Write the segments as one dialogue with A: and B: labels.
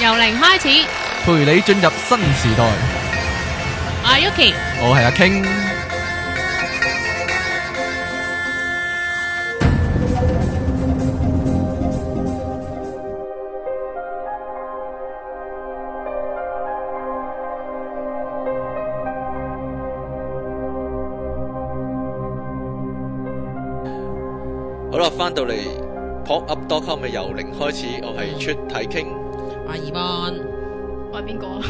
A: 由零開始，
B: 陪你進入新時代。
A: 我係 Yuki，
B: 我係阿 King，
C: 好啦，翻到嚟 pop up dot com 嘅由零開始，我係出體傾。
D: 阿二班，
E: 我係邊個 啊？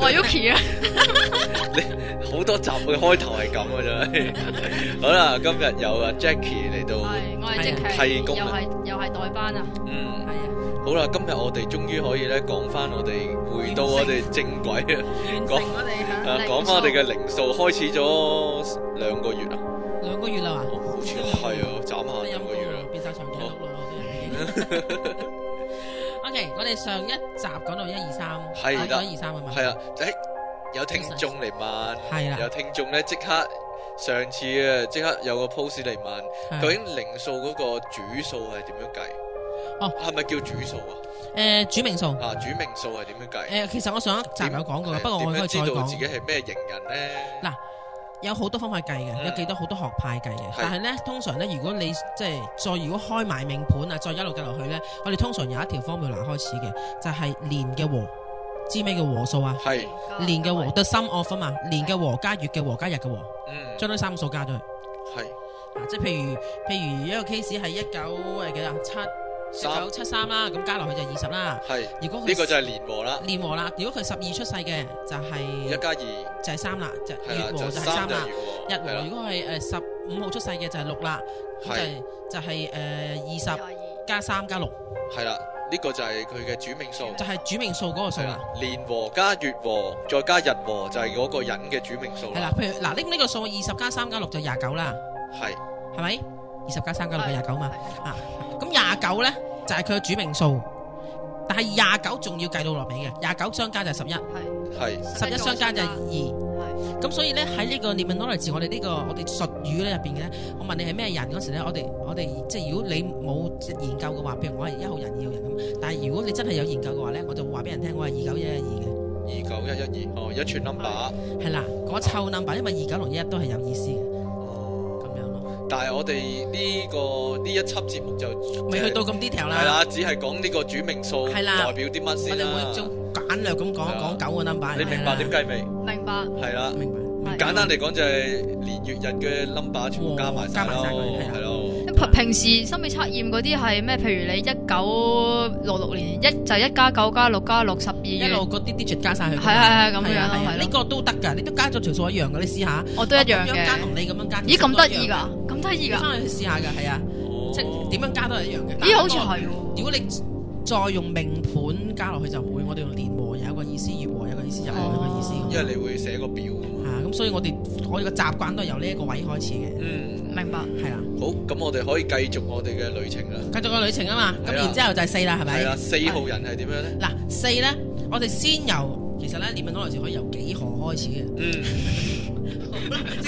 E: 我係 Yuki 啊！
C: 好多集嘅開頭係咁嘅啫。好啦，今日有阿 Jackie 嚟到，
E: 係我係即
C: 替工
E: 係又
C: 啊
E: 係又係代班啊！
C: 嗯，
D: 係啊，
C: 好啦，今日我哋終於可以咧講翻我哋回到我哋正軌啊，成
D: 完成
C: 我
D: 我哋
C: 啊
D: 吓
E: 零數
C: 講翻我哋嘅零數，開始咗兩個月啊，
D: 兩個月啦嘛，
C: 好似係啊，眨下兩個月啊啦，
D: 變晒長頸鹿啦，我哋。O K，我哋上一集講到一二三，
C: 係啦
D: 講一二三啊嘛，
C: 係啊，誒有聽眾嚟問，
D: 係啦
C: 有，聽眾咧即刻上次啊，即刻有個 post 嚟問。
D: 係啊
C: 究竟零數嗰個主數係點樣計？
D: 哦
C: 係咪叫主數啊？
D: 誒主名數
C: 啊，主命數係點樣計？
D: 誒，其實我上一集有講過嘅，不過我可以
C: 點
D: 再
C: 樣知道自己
D: 講。
C: 係咩型人咧？
D: 嗱有好多方法計
C: 嗯
D: 嘅，有幾多好多學派計嘅
C: 係，
D: 但係咧通常咧，如果你即係再如果開埋命盤啊，再一路計落去咧，我哋通常有一條 formula 開始嘅，就係年嘅和，知咩叫和數啊？
C: 係，
D: 年嘅和 the sum of 啊嘛，年嘅和加月嘅和加日嘅和，
C: 嗯，
D: 將呢三個數加咗去。
C: 係
D: 啊，即係譬如譬如一個 case 係一九誒幾啊七一
C: 三
D: 九七三啦，咁加落去就二十啦。
C: 係，
D: 如果佢
C: 呢個就係年和啦，
D: 年和啦，如果佢十二出世嘅就
C: 一
D: 係
C: 加二
D: 就係三啦，就
C: 係
D: 月
C: 啦，
D: 和就
C: 就
D: 係
C: 三
D: 三
C: 就
D: 啦
C: 係。月和，
D: 日
C: 係
D: 和
C: 啦，
D: 如果係誒十五號出世嘅就係六啦，咁就
C: 係
D: 係就係誒二十
E: 十
D: 加三加六，
C: 係啦，呢個就係佢嘅主命數，
D: 就係主命數嗰個數
C: 係
D: 啦。
C: 啦，年和加月和再加日和就係嗰個人嘅主命數
D: 係啦，，譬如嗱呢呢個數二十加三加六就廿九啦，
C: 係
D: 係咪？二十加三加六就廿九嘛。
E: 係
D: 啊，咁廿九咧就係佢嘅主命數，但係廿九仲要計到落尾嘅，廿九相加就係十一，
E: 係
C: 係
D: 十一相加就係二。
E: 係
D: 咁所以咧喺呢個 n u m e r o l o g y 我哋呢、個我哋術語咧入邊嘅咧，我問你係咩人嗰時咧，我哋我哋即係如果你冇研究嘅話，譬如我係一號人、二號人咁，但係如果你真係有研究嘅話咧，我就會話俾人聽我係二九一一二
C: 二九一一二，哦，一串 number，
D: 嘅，係啦，嗰湊 number，因為二九同一一都係有意思嘅，
C: 哦
D: 咁樣咯，
C: 但係我哋呢、個呢一輯節目就
D: 未去到咁 detail
C: 係
D: 啦，
C: 啦，只係講呢個主命數
D: 係啦
C: 代表啲乜
D: 我
C: 先
D: 哋
C: 啦
D: 會。仲簡略咁講
C: 係啦
D: 講九個 number，
C: 你明白點
D: 解？
C: 計未？
E: 明白
C: 係啦，
D: 明白。
E: 係
C: 簡單嚟講就係年月日嘅 number 全部加埋晒咯，
D: 哦加埋晒佢係啦啊
C: 係咯，
E: 平平時心理測驗嗰啲係咩？譬如你一九六六年一就一加九加六加六十二
D: 一路
E: 月，
D: 嗰啲 digit 加晒佢㗎嘛。
E: 係係係咁樣
D: 係啊
E: 咯
D: 係啊
E: 係
D: 呢
E: 咯，
D: 個都得㗎，你都加咗條數一樣㗎，你試下。
E: 我都一樣
D: 我哦咁樣加
E: 嘅。
D: 同你咁樣加。
E: 咦咁得意㗎？，咁得
D: 你
E: 意㗎？
D: 翻去試下㗎，係啊，
C: 哦
D: 即係點樣加都係一樣嘅。
E: 咦好似
D: 係。
E: 係喎
D: 如果你再用命盤加落去就唔會，我哋用年和有一個意思，月和有一個意思，日和有一個意思
C: 因為你會寫個表㗎嘛。
D: 嚇咁，所以我哋我哋個習慣都係由呢一個位開始嘅，
C: 嗯，
E: 明白
D: 係啦。
C: 好，咁我哋可以繼續我哋嘅旅程啦。
D: 繼續個旅程啊嘛，咁
C: 係啦
D: 然之後就係四啦，係
C: 係啦，
D: 咪？
C: 四號人係點樣咧？
D: 嗱，四咧，我哋先由其實咧，念文嗰陣時可以由幾何開始嘅。
C: 嗯，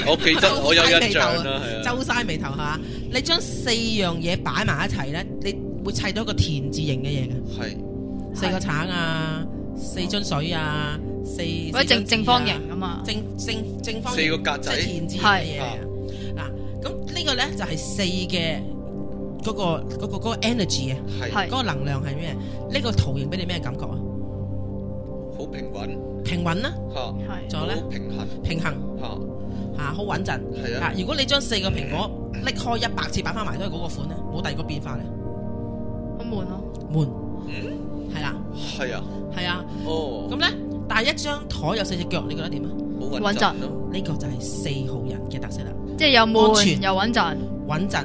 C: 我記得我有印 象啦，係啊，
D: 皺晒眉頭係嘛？你將四樣嘢擺埋一齊咧，你會砌到一個田字形嘅嘢嘅，
C: 係
D: 四個橙啊，四樽水啊，四
E: 或者
D: 四樽紙啊
E: 正正方形啊嘛，
D: 正正正方
C: 四
D: 形，
C: 個格
D: 即
C: 仔
D: 係田字形嘅嘢嚟嘅嗱，咁呢個咧就係四嘅嗰個嗰個嗰個 energy 啊，
C: 係
E: 係
D: 嗰個能量係咩？呢個圖形俾你咩感覺啊？
C: 好平穩
D: 平穩啦，
C: 嚇，
E: 係
D: 仲有咧
C: 好平衡
D: 平衡
C: 嚇，
D: 嚇，好穩陣。
C: 係啊嗯
D: 啊！，如果你將四個蘋果拎開一百次擺翻埋都係嗰個款咧，冇第二個變化咧，
E: 好悶咯，
D: 悶
C: 嗯，
D: 係啦，
C: 係啊，
D: 係啊。
C: 哦，
D: 咁咧，但係一張台有四隻腳，你覺得點啊？
C: 好
E: 穩
C: 穩陣
E: 陣
C: 咯，
D: 呢個就係四號人嘅特色啦，
E: 即係又
D: 安
E: 悶
D: 全
E: 又穩陣，
D: 穩陣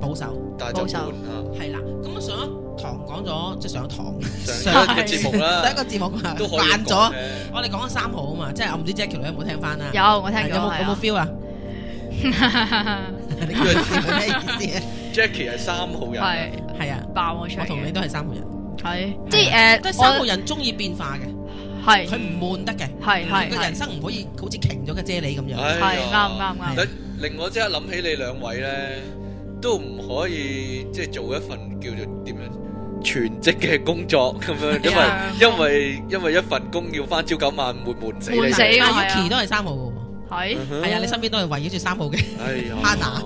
D: 保守
C: 但係就
E: 保守
C: 悶啊。
D: 係啦。咁我上一堂講咗，即係上一堂
C: 上一個節目啦，
D: 上一個節目啊
C: 都可以
D: 慣
C: 講
D: 咗。
C: 嘅
D: 我哋講咗三號啊嘛，即係我唔知 Jackie 你有冇聽翻啦。
E: 有我聽
D: 係有
E: 過
D: 冇有冇 feel 啊？
E: 係啊，
D: 你個字係咩意思啊？
C: Jackie 係三號人啊，
E: 係
D: 係啊，
E: 爆我出嚟
D: 我同你
E: 嘅，
D: 都係三號人，
E: 係即係
D: 都係呃
E: 誒
D: 三號
E: 我
D: 人中意變化嘅，
E: 係
D: 佢唔悶得嘅。
E: 係係
D: 個人
E: 係
D: 生唔可以好似瓊咗嘅啫喱咁樣。
C: 係
E: 係啱啱啱。
C: 令我即刻諗起你兩位咧，都唔可以即係做一份叫做點樣全職嘅工作咁 樣，因為
E: 啊
C: 因為因為一份工要翻朝九晚五會悶死你
E: 悶死
C: 嘅。
E: 係啊
D: 但 Yuki 都係三號嘅喎，
E: 係
C: 嗯哼
D: 係啊，你身邊都係圍繞住三號嘅。
C: 哎呀，
D: Hannah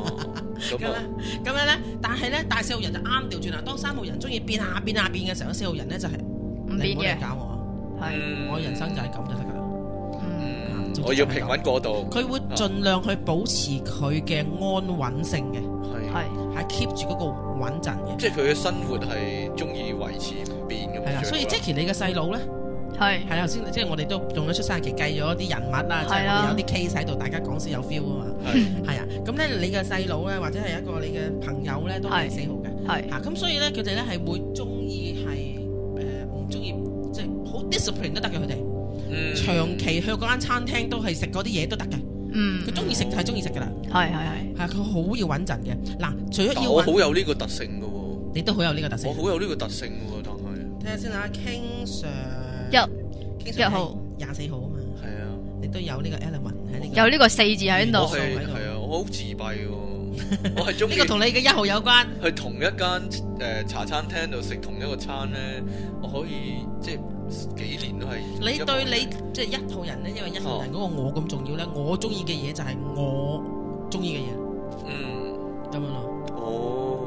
D: 咁
C: 咁
D: 咧
C: 啊，，
D: 咁樣咧，但係咧，但係四號人就啱調轉啦。當三號人中意變下變下變嘅時候，四號人咧就係
E: 唔
D: 嗯
E: 變
D: 你唔好嚟
E: 嘅，
D: 搞我，啊
E: 係
C: 嗯
D: 我人生就係咁就得㗎啦。
E: 嗯
C: 嗯我要平穩過渡，
D: 佢會盡量去保持佢嘅安穩性嘅，
C: 係
E: 係
D: 係 keep 住嗰個穩陣嘅。
C: 即係佢嘅生活係中意維持唔變咁。
D: 係啦，所以 Jackie 你嘅細佬咧，
E: 係
D: 係啦，啊先即係我哋都用咗出生日期計咗啲人物啊，即係
E: 係啊
D: 我哋有啲 case 喺度，大家講先有 feel 啊嘛。
C: 係
D: 係啊，咁咧你嘅細佬咧，或者係一個你嘅朋友咧，都係
E: 係
D: 四號嘅。
E: 係
D: 嚇，咁所以咧佢哋咧係會中意係誒唔中意，即係好 discipline 都得嘅佢哋。
C: 嗯
D: 長期去嗰間餐廳都係食嗰啲嘢都得嘅，
E: 嗯
D: 佢中意食就係中意食㗎啦。
E: 係係係
D: 係啊佢好要穩陣嘅。嗱，除咗
C: 但
D: 要
C: 我
D: 穩
C: 好，有呢個特性噶喎，
D: 你都好有呢個特色
C: 我。好有呢個特性噶喎，但係
D: 睇下先啊，King Sir
E: 一
D: King
E: 一
D: Sir
E: 號
D: 係廿四號啊嘛，
C: 係啊，
D: 你都有呢個 element 喺呢個。
E: 有呢個四字喺
C: 我
E: 度，
C: 係係啊，我好自閉喎， 我係中意
D: 呢個同你嘅一號有關。
C: 去同一間誒、呃茶餐廳度食同一個餐咧，我可以即係幾年都係
D: 你
C: 一模
D: 對你即係一號人咧，因為一號人嗰個我咁重要咧，我中意嘅嘢就係我中意嘅嘢
C: 嗯
D: 咁樣咯。
C: 哦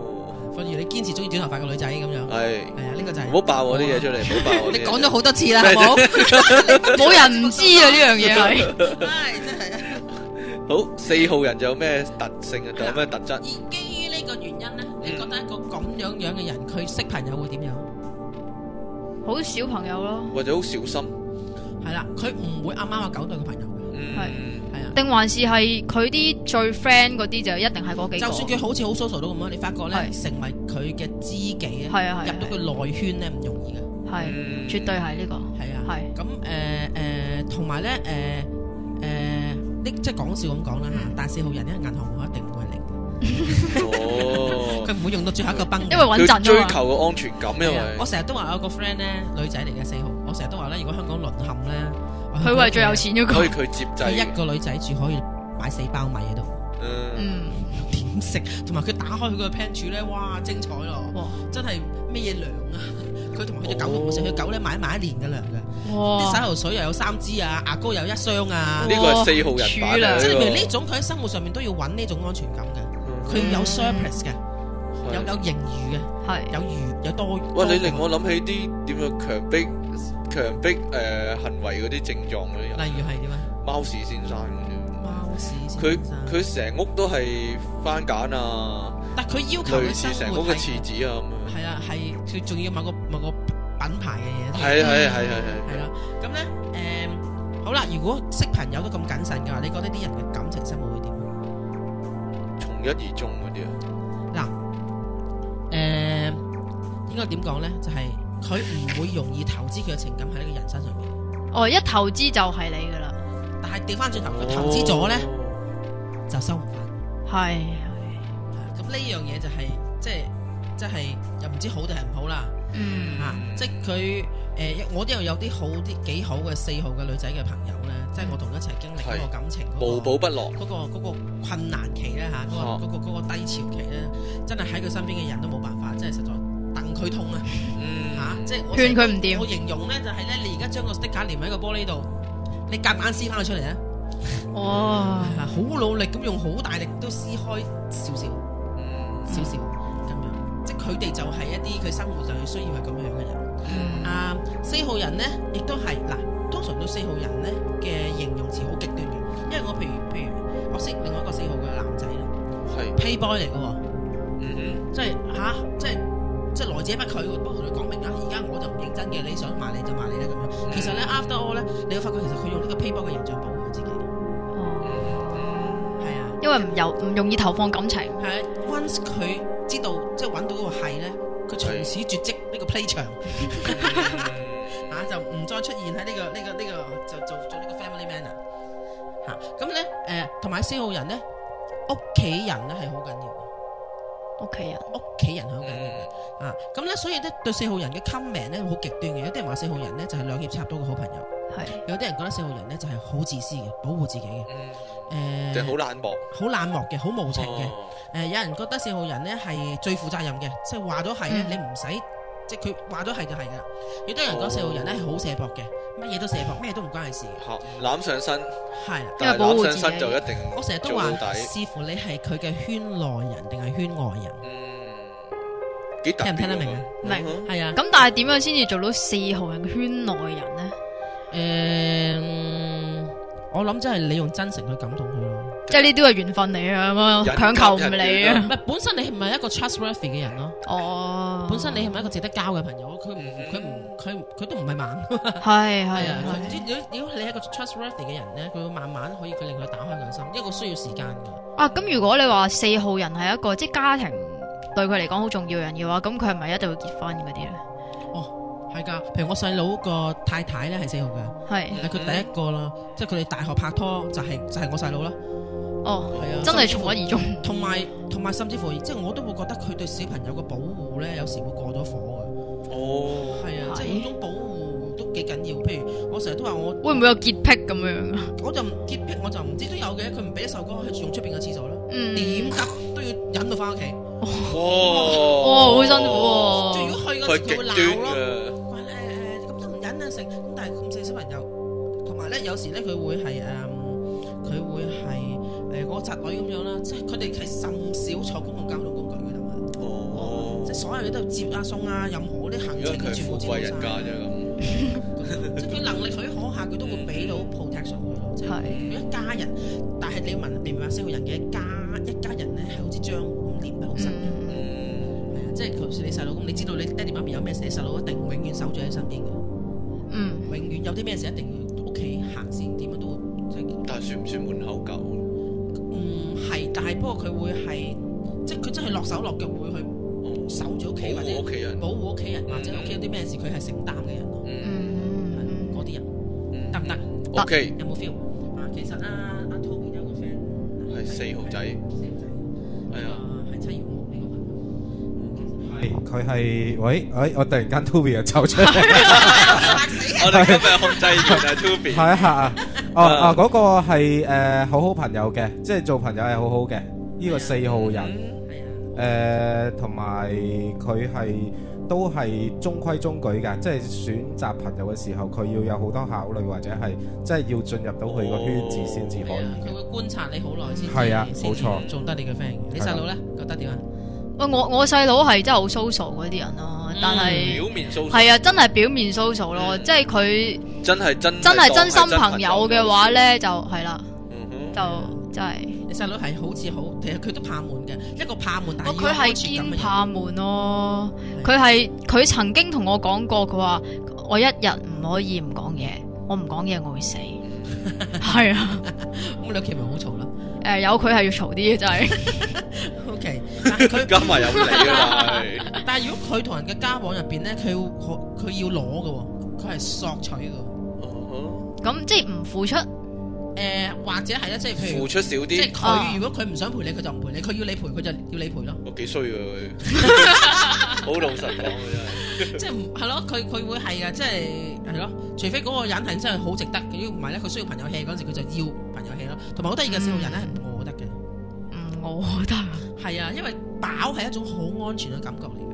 D: 譬如你堅持中意短頭髮嘅女仔咁樣，係
C: 係
D: 啊，呢個就係
C: 唔好爆我啲嘢出嚟，唔好爆我啲嘢出嚟。
D: 你講咗好多次啦，係冇？
E: 冇人唔知啊呢樣嘢係。
D: 唉，真 係啊。
C: 好四號人就有咩特性啊？就有咩特質？
D: 而基於呢個原因咧，你覺得一個咁樣樣嘅人，佢識朋友會點樣？
E: 好小朋友咯，
C: 或者好小心，
D: 係啦，佢唔會啱啱話九對嘅朋友嘅，
C: 嗯
D: 係啊。
E: 定還是係佢啲最 friend 嗰啲就一定係嗰幾個。
D: 就算佢好似好 social 到咁樣，你發覺咧
E: 係
D: 成為佢嘅知己
E: 係啊
D: 入到
E: 係
D: 佢內圈咧唔容易嘅，
E: 啊，係
C: 嗯
E: 絕對係呢個
D: 係啊。
E: 係
D: 咁誒誒，同埋咧誒誒，呢即係講笑咁講啦嚇
E: 嗯，
D: 但係四號人咧銀行我一定唔會係零嘅，
C: 嗯哦，
D: 佢唔會用到最後一個崩嘅。
E: 因為穩
C: 佢追
E: 陣啊嘛。
C: 求個安全感，因
D: 係啊
C: 為
D: 我成日都話我有個 friend 咧，女仔嚟嘅四號，我成日都話咧，如果香港淪陷咧，我
E: 佢係最有，錢嗰
C: 所以
E: 個，
C: 佢接
D: 佢
C: 濟
D: 一，個女仔住可以買四包米喺度，
C: 嗯，
E: 嗯，
D: 點食？同埋佢打開佢個 pantry 咧，哇，精彩咯！
E: 哇
D: 真係咩嘢糧啊！佢同埋佢只狗都冇食，佢狗咧買埋一年嘅糧嘅，
E: 哦
D: 啲洗
E: 哇，
D: 頭水又有三支啊，牙膏有一箱啊
C: 呢，個係四號人
E: 哇
C: 版
E: 處
D: 即係
E: 女
D: 你明
C: 嚟
D: 呢種佢喺生活上面都要揾呢種安全感嘅，佢有
E: 嗯
D: surplus 嘅，有有盈餘嘅，
E: 係
D: 有餘有多。
C: 喂，你
D: 多
C: 令我諗起啲點樣強迫強迫誒、呃行為嗰啲症狀嗰啲人，
D: 例如係點啊？
C: 貓屎先生嗰
D: 貓屎先
C: 啲，佢
D: 生
C: 佢成屋都係番梘啊，
D: 但佢要求
C: 類
D: 嘅
C: 似
D: 生
C: 成
D: 活
C: 屋嘅
D: 係
C: 廁紙啊咁樣，
D: 係啦，係佢仲要某個某個品牌嘅嘢。
C: 係係係係
D: 係啦，咁咧誒好啦，如果識朋友都咁謹慎嘅話，你覺得啲人嘅感情生活會點？啊
C: 係，從一而終嗰啲啊，
D: 嗱，誒、應該點講咧？就係佢唔會容易投資佢嘅情感喺呢個人身上面，
E: 哦，一投資就係你噶啦，
D: 但係掉翻轉頭，佢投資咗咧就收唔翻。
E: 係
D: 咁呢樣嘢就係、即係即係又唔知好定係唔好啦
E: 嗯
D: 嚇、即係佢誒，我都有有啲好啲幾好嘅四號嘅女仔嘅朋友咧，即係我同佢一齊經歷嗰個
C: 係
D: 感情嗰、
C: 無
D: 個
C: 寶不落，
D: 嗰、個嗰個困難期咧嚇，嗰、
C: 哦
D: 個嗰、個嗰個低潮期咧，真係喺佢身邊嘅人都冇辦法，真係實在等佢痛啊！
C: 嗯
D: 嚇、即係我
E: 勸佢唔掂
D: 我形容咧就係咧，你而家將個 sticker 黏喺個玻璃度，你夾硬撕翻佢出嚟啊！
E: 哦，
D: 係好努力咁用好大力都撕開少少
C: 嗯
D: 少少咁樣，即係佢哋就係一啲佢生活上需要係咁樣嘅人。
E: 嗯，
D: 啊，四號人咧亦都係嗱，通常對四號人咧嘅形容詞好極端嘅，因為我譬如譬如我識另外一個四號嘅男仔啦
C: 係，
D: ，playboy 嚟嘅喎。
C: 嗯
D: 即係吓、即係即係來者不拒喎，不過同你講明啦，而家我就唔認真嘅，你想埋你就埋你啦咁樣。其實咧，after all 咧，你會發覺其實佢用呢個 paper 嘅形象保護佢自己，
E: 哦
C: 嗯
D: 係啊，
E: 因為唔由唔容易投放感情，
D: 係啊。Once 佢知道即係揾到嗰個係咧，佢從此絕跡呢個 play 場嚇、啊就唔再出現喺呢、個呢、個呢、個就做做呢個 family man 啦嚇。咁咧誒，同埋四號人咧，屋企人咧係好緊要嘅，
E: 屋企人，
D: 屋企人係好緊要嘅。
C: 嗯
D: 啊，咁咧，所以咧對四號人嘅 comment 咧好極端嘅，有啲人話四號人咧就係兩肋插刀嘅好朋友，
E: 係
D: 有啲人覺得四號人咧就係好自私嘅，保護自己嘅，
C: 嗯，
D: 誒、
C: 就好冷漠，
D: 好冷漠嘅，好無情嘅，誒、
C: 哦
D: 有人覺得四號人咧係最負責任嘅，即係話咗係咧，
E: 嗯
D: 你唔使即係佢話咗係就係㗎啦。亦都有人講四號人咧係好射博嘅，乜嘢都射博，咩都唔關佢事嘅，
C: 合攬上身，
D: 係啦。
C: 但係
E: 因為保護
C: 攬
E: 自
C: 上身
E: 己
C: 就一定
D: 我成日都
C: 做
D: 話
C: 到底，
D: 視乎你係佢嘅圈內人定係圈外人，
C: 嗯，幾特別
D: 聽唔聽得
C: 喎
D: 明啊？
E: 明
C: 嗯哼
D: 係啊，
E: 咁但係點樣先至做到四號人嘅圈內人呢？
D: 诶、嗯我諗真係你用真誠去感動佢咯。
E: 即係呢啲係緣分嚟啊，咁啊
C: 人
E: 強求唔
C: 人
E: 嚟
C: 緣
E: 啊
C: 啊。
D: 唔係本身你唔係一個 trustworthy 嘅人咯，
E: 哦，
D: 本身你係咪一個值得交嘅朋友？佢唔
C: 嗯
D: 佢唔佢唔佢都唔係盲，
E: 係
D: 係
E: 係
D: 啊！佢
E: 係
D: 知如果你係一個 trustworthy 嘅人咧，佢會慢慢可以佢令佢打開佢嘅心，因為佢需要時間嘅。
E: 啊，咁如果你話四號人係一個即係家庭對佢嚟講好重要嘅人嘅話，咁佢係咪一定會結婚嗰啲咧？
D: 係㗎，譬如我細佬個太太咧係四號㗎，
E: 係
D: 係佢第一個啦，即係佢哋大學拍拖就係就係我細佬啦，
E: 哦，
D: 係啊，
E: 真係從
D: 甚至乎
E: 一而終。
D: 同埋同埋甚至乎，即係我都會覺得佢對小朋友嘅保護咧，有時會過咗火
C: 哦，
D: 嘅。係啊，
E: 係
D: 即係嗰種保護都幾緊要。譬如我成日都話我，
E: 會唔會有潔癖咁樣啊？
D: 我就唔潔癖，我就唔知都有嘅。佢唔俾一首歌去用出邊嘅廁所啦，
E: 嗯，
D: 點得都要忍到翻屋企。
C: 哇
E: 哦，好辛苦喎
D: 即係如果去嗰
C: 佢
D: 時
C: 極
D: 佢會
C: 端
D: 鬧咯，
C: 嘅，
D: 話誒誒咁都唔忍啊成。咁但係咁細小朋友，同埋咧有時咧佢會係誒，嗯佢會係誒我侄女咁樣啦，即係佢哋係甚少坐公共交通工具㗎啦嘛。
C: 哦
D: 即係，所有嘢都要接啊、送啊，任何啲行
C: 如果
D: 程
C: 佢
D: 佢
C: 係
D: 全部
C: 富
D: 接到
C: 貴
D: 晒
C: 人家啫咁，
D: 即係佢能力許可下，佢都會俾到
C: 嗯
D: protection 佢咯。即係
E: 係
D: 佢一家人，但係你問明唔明白四個人嘅一家一家人咧，係好似將碗捏得好實嘅。
E: 嗯
C: 嗯，
D: 係啊，即係就算你細佬咁，你知道你爹哋媽咪有咩事，你細佬一定永遠守住喺身邊嘅，
E: 嗯，
D: 永遠有啲咩事一定要屋企行先，點樣都會即係
C: 但係算唔算門口狗？
D: 唔係，但係不過佢會係即係佢真係落手落腳會去
C: 哦
D: 守住屋
C: 保
D: 企或
C: 護
D: 者
C: 屋企人，
D: 保護屋企人，或者屋企有啲咩事佢係承擔嘅人咯，
E: 嗯
C: 嗯，
D: 係咯
E: 嗯，
D: 嗰啲人。
C: 嗯
D: 得唔得
C: ？OK，
D: 有冇 feel？啊，其實啊，阿 Toby 有個 friend
C: 係四號仔，係啊，
D: 啊，係七月五號呢個朋友。
F: 佢係喂喂，我突然間 Toby 又走 出嚟，
C: 我哋今日控制員係 Toby，
F: 嚇一嚇啊！哦
C: 啊
F: 啊，嗰個係誒好好朋友嘅，即係做朋友係好好嘅。呢個四號人
D: 係啊，
E: 嗯
F: 誒，同埋佢係都係中規中矩嘅，即係選擇朋友嘅時候，佢要有好多考慮，或者係即係要進入到佢個圈子先至可
D: 係啊，
F: 以
D: 佢
F: 嘅。
D: 會觀察你好耐先，
F: 係啊
D: 先
F: 冇錯
D: 做得你嘅 friend 嘅。你細佬咧覺得點啊？
E: 喂，我我細佬係真係好 social 嗰啲人咯
D: 嗯，
E: 但係
C: 表面 social，
E: 係啊，真係表面 social 咯，
C: 嗯
E: 即係佢
C: 真係真
E: 真係
C: 當
E: 真心朋友嘅話，咧，就係啦，
C: 嗯哼
E: 就真係，
D: 你細佬係好似好，其實佢都怕悶嘅，一個怕悶，但
E: 哦
D: 係
E: 佢係堅
D: 堅
E: 怕悶咯，佢係佢曾經同我講過，佢話我一日唔可以唔講嘢，我唔講嘢我 會死，係啊，
D: 咁你屋企咪好嘈啦
E: 誒有佢係要嘈啲嘅就係，
D: ？OK，但係佢
C: 加埋有你啊，係
D: 但係如果佢同人嘅交往入邊咧，佢要佢佢要攞嘅喎，佢係索取嘅喎。
C: 嗯
E: 咁即係唔付出，
D: 誒或者係啦，即係譬
C: 哼
D: 如
C: 付。出少
D: 即係
C: 啲，
E: 啊
D: 佢如果佢唔想陪你，佢就唔陪你；佢要你陪，佢就要你陪咯。
C: 我幾衰啊 佢，好老實講嘅真係。
D: 即係唔係咯？佢佢會係啊，即係係咯。除非嗰個人係真係好值得，如果唔係咧，佢需要朋友 hea 嗰陣時，佢就要朋友 hea 咯。同埋好得意嘅小人咧，係唔餓得嘅。
E: 嗯，我覺得，
D: 係啊，因為飽係一種好安全嘅感覺嚟嘅。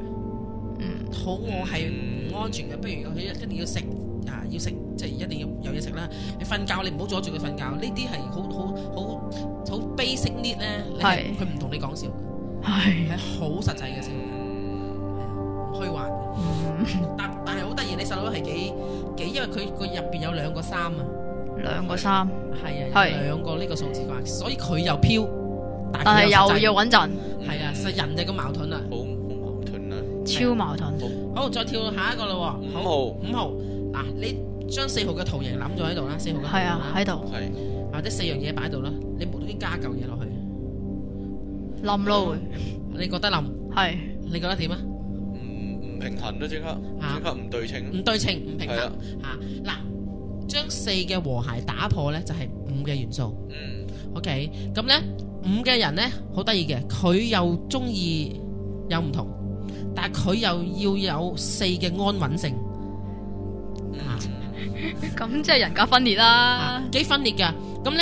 E: 嗯
D: 肚餓係唔安全嘅，不如佢一定要食啊，要食即係一定要有嘢食啦。你瞓覺你唔好阻住佢瞓覺，呢啲係好好好好 basic need 咧。你係
E: 係嗯
D: 佢唔同你講笑嘅，
E: 係，
D: 係好實際嘅小人，
C: 嗯
D: 係啊唔虛幻嘅。
E: 嗯
D: 但但係好突然，你細佬係幾幾，因為佢佢入邊有兩個三啊，
E: 兩個三，
D: 係啊，
E: 係
D: 有兩個呢個數字掛，所以佢又飄，
E: 但係
D: 係
E: 又要穩陣，
D: 係啊，實人就咁矛盾啦。
C: 好好矛盾啊！
E: 超矛盾，
D: 好，再跳下一個啦喎，
C: 五號
D: 五號嗱，你將四號嘅圖形諗咗喺度啦，四號嘅圖
E: 係啊，
D: 形啦
E: 喺度
C: 係
D: 或者四樣嘢擺喺度啦，你無端端加嚿嘢落去，
E: 冧咯會，
D: 你覺得冧？
E: 係。
D: 你覺得點啊？
C: 唔唔平衡咯，即刻
D: 啊
C: 即刻唔對稱，
D: 唔對稱，唔平
C: 嗯
D: 衡
C: 係啊，
D: 嚇嗱，將四嘅和諧打破咧，就係五嘅元素。
C: 嗯
D: OK，咁呢，五嘅人呢，好得意嘅，佢又中意有唔同，但係佢又要有四嘅安穩性，啊
E: 咁即係人格分裂啦
D: 啊，，幾分裂㗎。咁呢，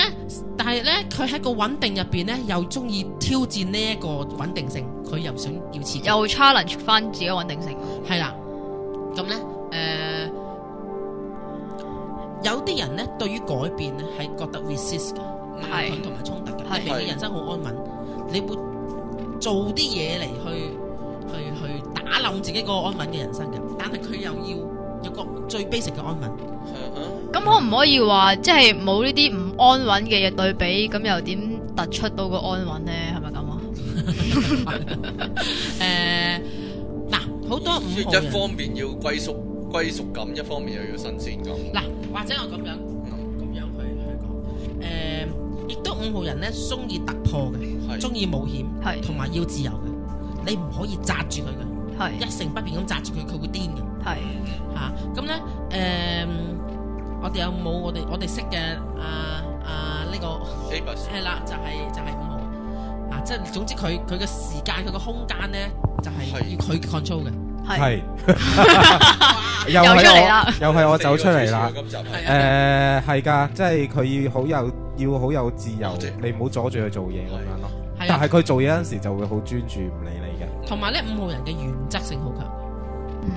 D: 但係呢，佢喺個穩定入邊呢，又中意挑戰呢一個穩定性，佢又想要刺激，
E: 又 challenge 翻自己穩定性。
D: 係啦。咁咧誒，有啲人咧對於改變咧係覺得 resist 嘅，矛
E: 係
D: 盾同埋衝突嘅。
E: 係
D: 你明你人生好安穩，你會做啲嘢嚟去去去打冧自己個安穩嘅人生嘅，但係佢又要有個最 basic 嘅安穩。
E: 咁可唔可以話即係冇呢啲唔安穩嘅嘢對比，咁又點突出到個安穩咧？係咪咁啊？
D: 誒，嗱，好多五
C: 一
D: 號人。
C: 方面要歸屬歸屬感，一方面又要新鮮感。
D: 嗱，或者我咁樣咁咁樣去去講，誒、亦都五號人咧，中意突破嘅，
C: 係
D: 中意冒險，
E: 係
D: 同埋要自由嘅，你唔可以扎住佢嘅，
E: 係
D: 一成不變咁扎住佢，佢會癲嘅
E: 係
D: 嚇。啊咁咧誒，我哋有冇我哋我哋識嘅啊啊呢個？
C: Amos
D: 係啦，就係、就係、五號啊，即係總之佢佢嘅時間佢嘅空間咧，就係、
C: 係
D: 要佢 control 嘅。
E: 係啊
F: 係。又係
E: 又出
F: 我-
E: 嚟啦。
F: 又係我走出嚟啦。
C: 今集係
D: 係啊
F: 誒，係㗎，即係佢要好有-要好有自由，
C: 我知。
F: 你唔好阻住佢做嘢咁樣咯。
D: 係啊，
F: 但係佢做嘢嗰陣時就會好專注，唔理你嘅。
D: 同埋咧五號人嘅原則性好強。
E: 嗯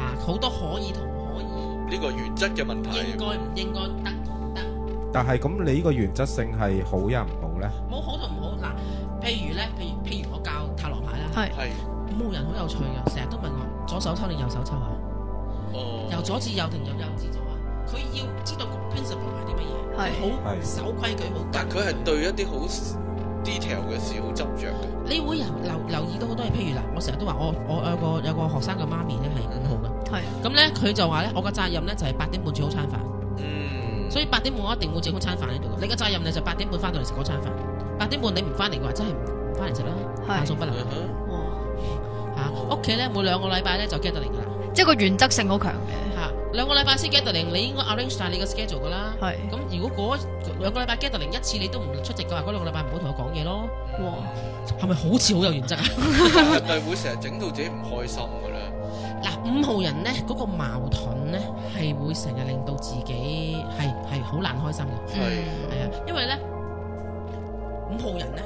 D: 啊，好多可以同唔可以，
C: 呢個原則嘅問題。
D: 應該唔應該得唔得，
F: 但係咁你呢個原則性係好又唔好咧？
D: 冇好同唔好嗱。譬如咧，譬如譬如我教塔羅牌啦，
E: 係
C: 係
D: 冇人好有趣嘅，成日都問我左手抽定右手抽啊，
C: 哦，
D: 由左至右定由右至左啊。佢要知道個 principle 係啲乜嘢，
E: 係
D: 好
F: 係
D: 守規矩好。
C: 但佢係對一啲好 detail 嘅事好執着嘅。
D: 你會留留留意到好多嘢，譬如嗱，我成日都話我我有個有個學生嘅媽咪咧係五號嘅，
E: 係
D: 咁咧佢就話咧我嘅責任咧就係八點半煮好餐飯，
C: 嗯，
D: 所以八點半我一定會整好餐飯喺度嘅。你嘅責任咧就八點半翻到嚟食嗰餐飯，八點半你唔翻嚟嘅話真係唔翻嚟食啦，下
E: 係
D: 數不留。
C: 嗯
E: 哇
D: 吓，屋企咧每兩個禮拜咧就 gathering 噶啦，
E: 即係個原則性好強嘅，
D: 吓兩個禮拜先 gathering，你應該 arrange 晒你個 schedule 噶啦。
E: 係
D: 咁如果嗰兩個禮拜 gathering 一次你都唔出席嘅話，嗰兩個禮拜唔好同我講嘢咯。
E: 哇
D: 係咪好似好有原則啊？
C: 哼，係咪會成日整到自己唔開心嘅咧？
D: 嗱，五號人咧嗰個矛盾咧係會成日令到自己係係好難開心嘅，
C: 係
E: 嗯
D: 係啊，因為咧五號人咧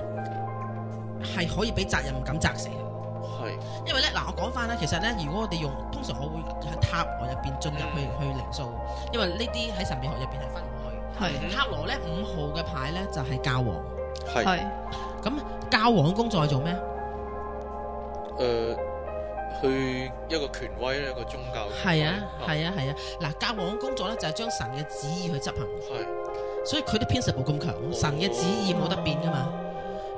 D: 係可以俾責任感砸死嘅。
C: 係
D: 因為咧嗱，我講翻咧，其實咧，如果我哋用通常我會喺塔羅入邊進入去去靈數，因為呢啲喺神秘學入邊係分唔開
E: 係
D: 嘅。塔羅咧五號嘅牌咧就係教皇，
C: 係
E: 係
D: 教皇嘅工作係做咩？
C: 誒，呃去一個權威一個宗教
D: 係啊，
C: 係
D: 係啊，係啊。嗱，教皇嘅工作咧就係將神嘅旨意去執行，
C: 係
D: 所以佢啲 principle 咁
C: 哦
D: 強，神嘅旨意冇得變噶嘛，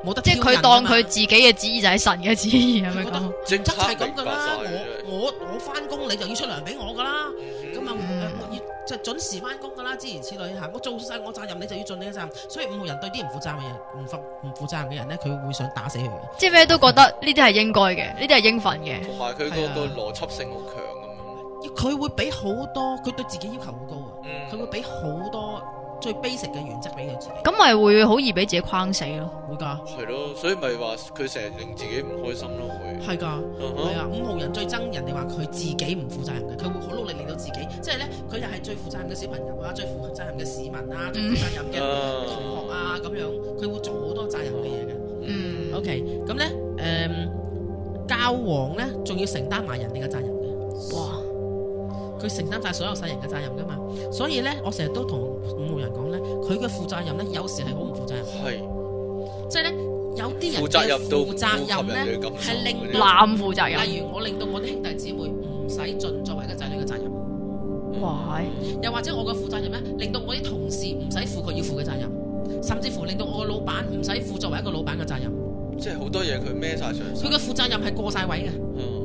D: 冇得
E: 即係
D: 挑
E: 佢
D: 釁㗎
E: 當
D: 嘛
E: 佢自己嘅旨意就係神嘅旨意，係咪
D: 佢覺得
E: 咁？啊
C: 即
D: 則
C: 刻
D: 係咁
C: 明
D: 噶
C: 白
D: 啦。
C: 晒
D: 我我我翻工你就要出糧俾我噶啦。咁啊，
E: 嗯
D: 誒我要就準時翻工㗎啦，諸如此類嚇。我做晒我責任，你就要盡你嘅責任。所以五號人對啲唔負責任嘅人，唔負唔負責任嘅人咧，佢會想打死佢嘅。
E: 即係咩都覺得呢啲係應該嘅，呢啲係應份嘅。
C: 同埋佢
D: 係啊
C: 嗰個邏輯性好強咁樣。
D: 佢會俾好多，佢對自己要求好高啊。
C: 嗯
D: 佢會俾好多最 basic 嘅原則俾佢自己。
E: 咁咪會好易俾自己框死咯。
D: 會㗎，
C: 係咯，所以咪話佢成日令自己唔開心咯，會
D: 係㗎。
C: 嗯
D: 係
C: 哼
D: 啊，五號人最憎人哋話佢自己唔負責任嘅，佢會好努力令到自己，即係咧佢又係最負責任嘅小朋友啊，最負責任嘅市民啊，最負責任嘅同學啊咁樣，佢會做好多責任嘅嘢嘅。
E: 嗯
D: OK，咁咧，诶、教皇咧，仲要承擔埋人哋嘅責任嘅，
E: 哇，
D: 佢承擔晒所有世人嘅責任噶嘛，所以咧，我成日都同五號人講咧，佢嘅負責任咧，有時係好唔負責任，
C: 係
D: 即係咧，有啲人
C: 負責任
D: 嘅
C: 到
D: 負責任
C: 顧及人哋
D: 咧，
C: 嘅感受
D: 係令
C: 嗰
E: 濫負責任。
D: 例如我令到我啲兄弟姊妹唔使盡作為一個仔女嘅責任，
E: 哇，
D: 又或者我嘅負責任咧，令到我啲同事唔使負佢要負嘅責任，甚至乎令到我嘅老闆唔使負作為一個老闆嘅責任，
C: 即係好多嘢佢孭晒上
D: 佢
C: 身。
D: 嘅負責任係過晒位嘅，
C: 嗯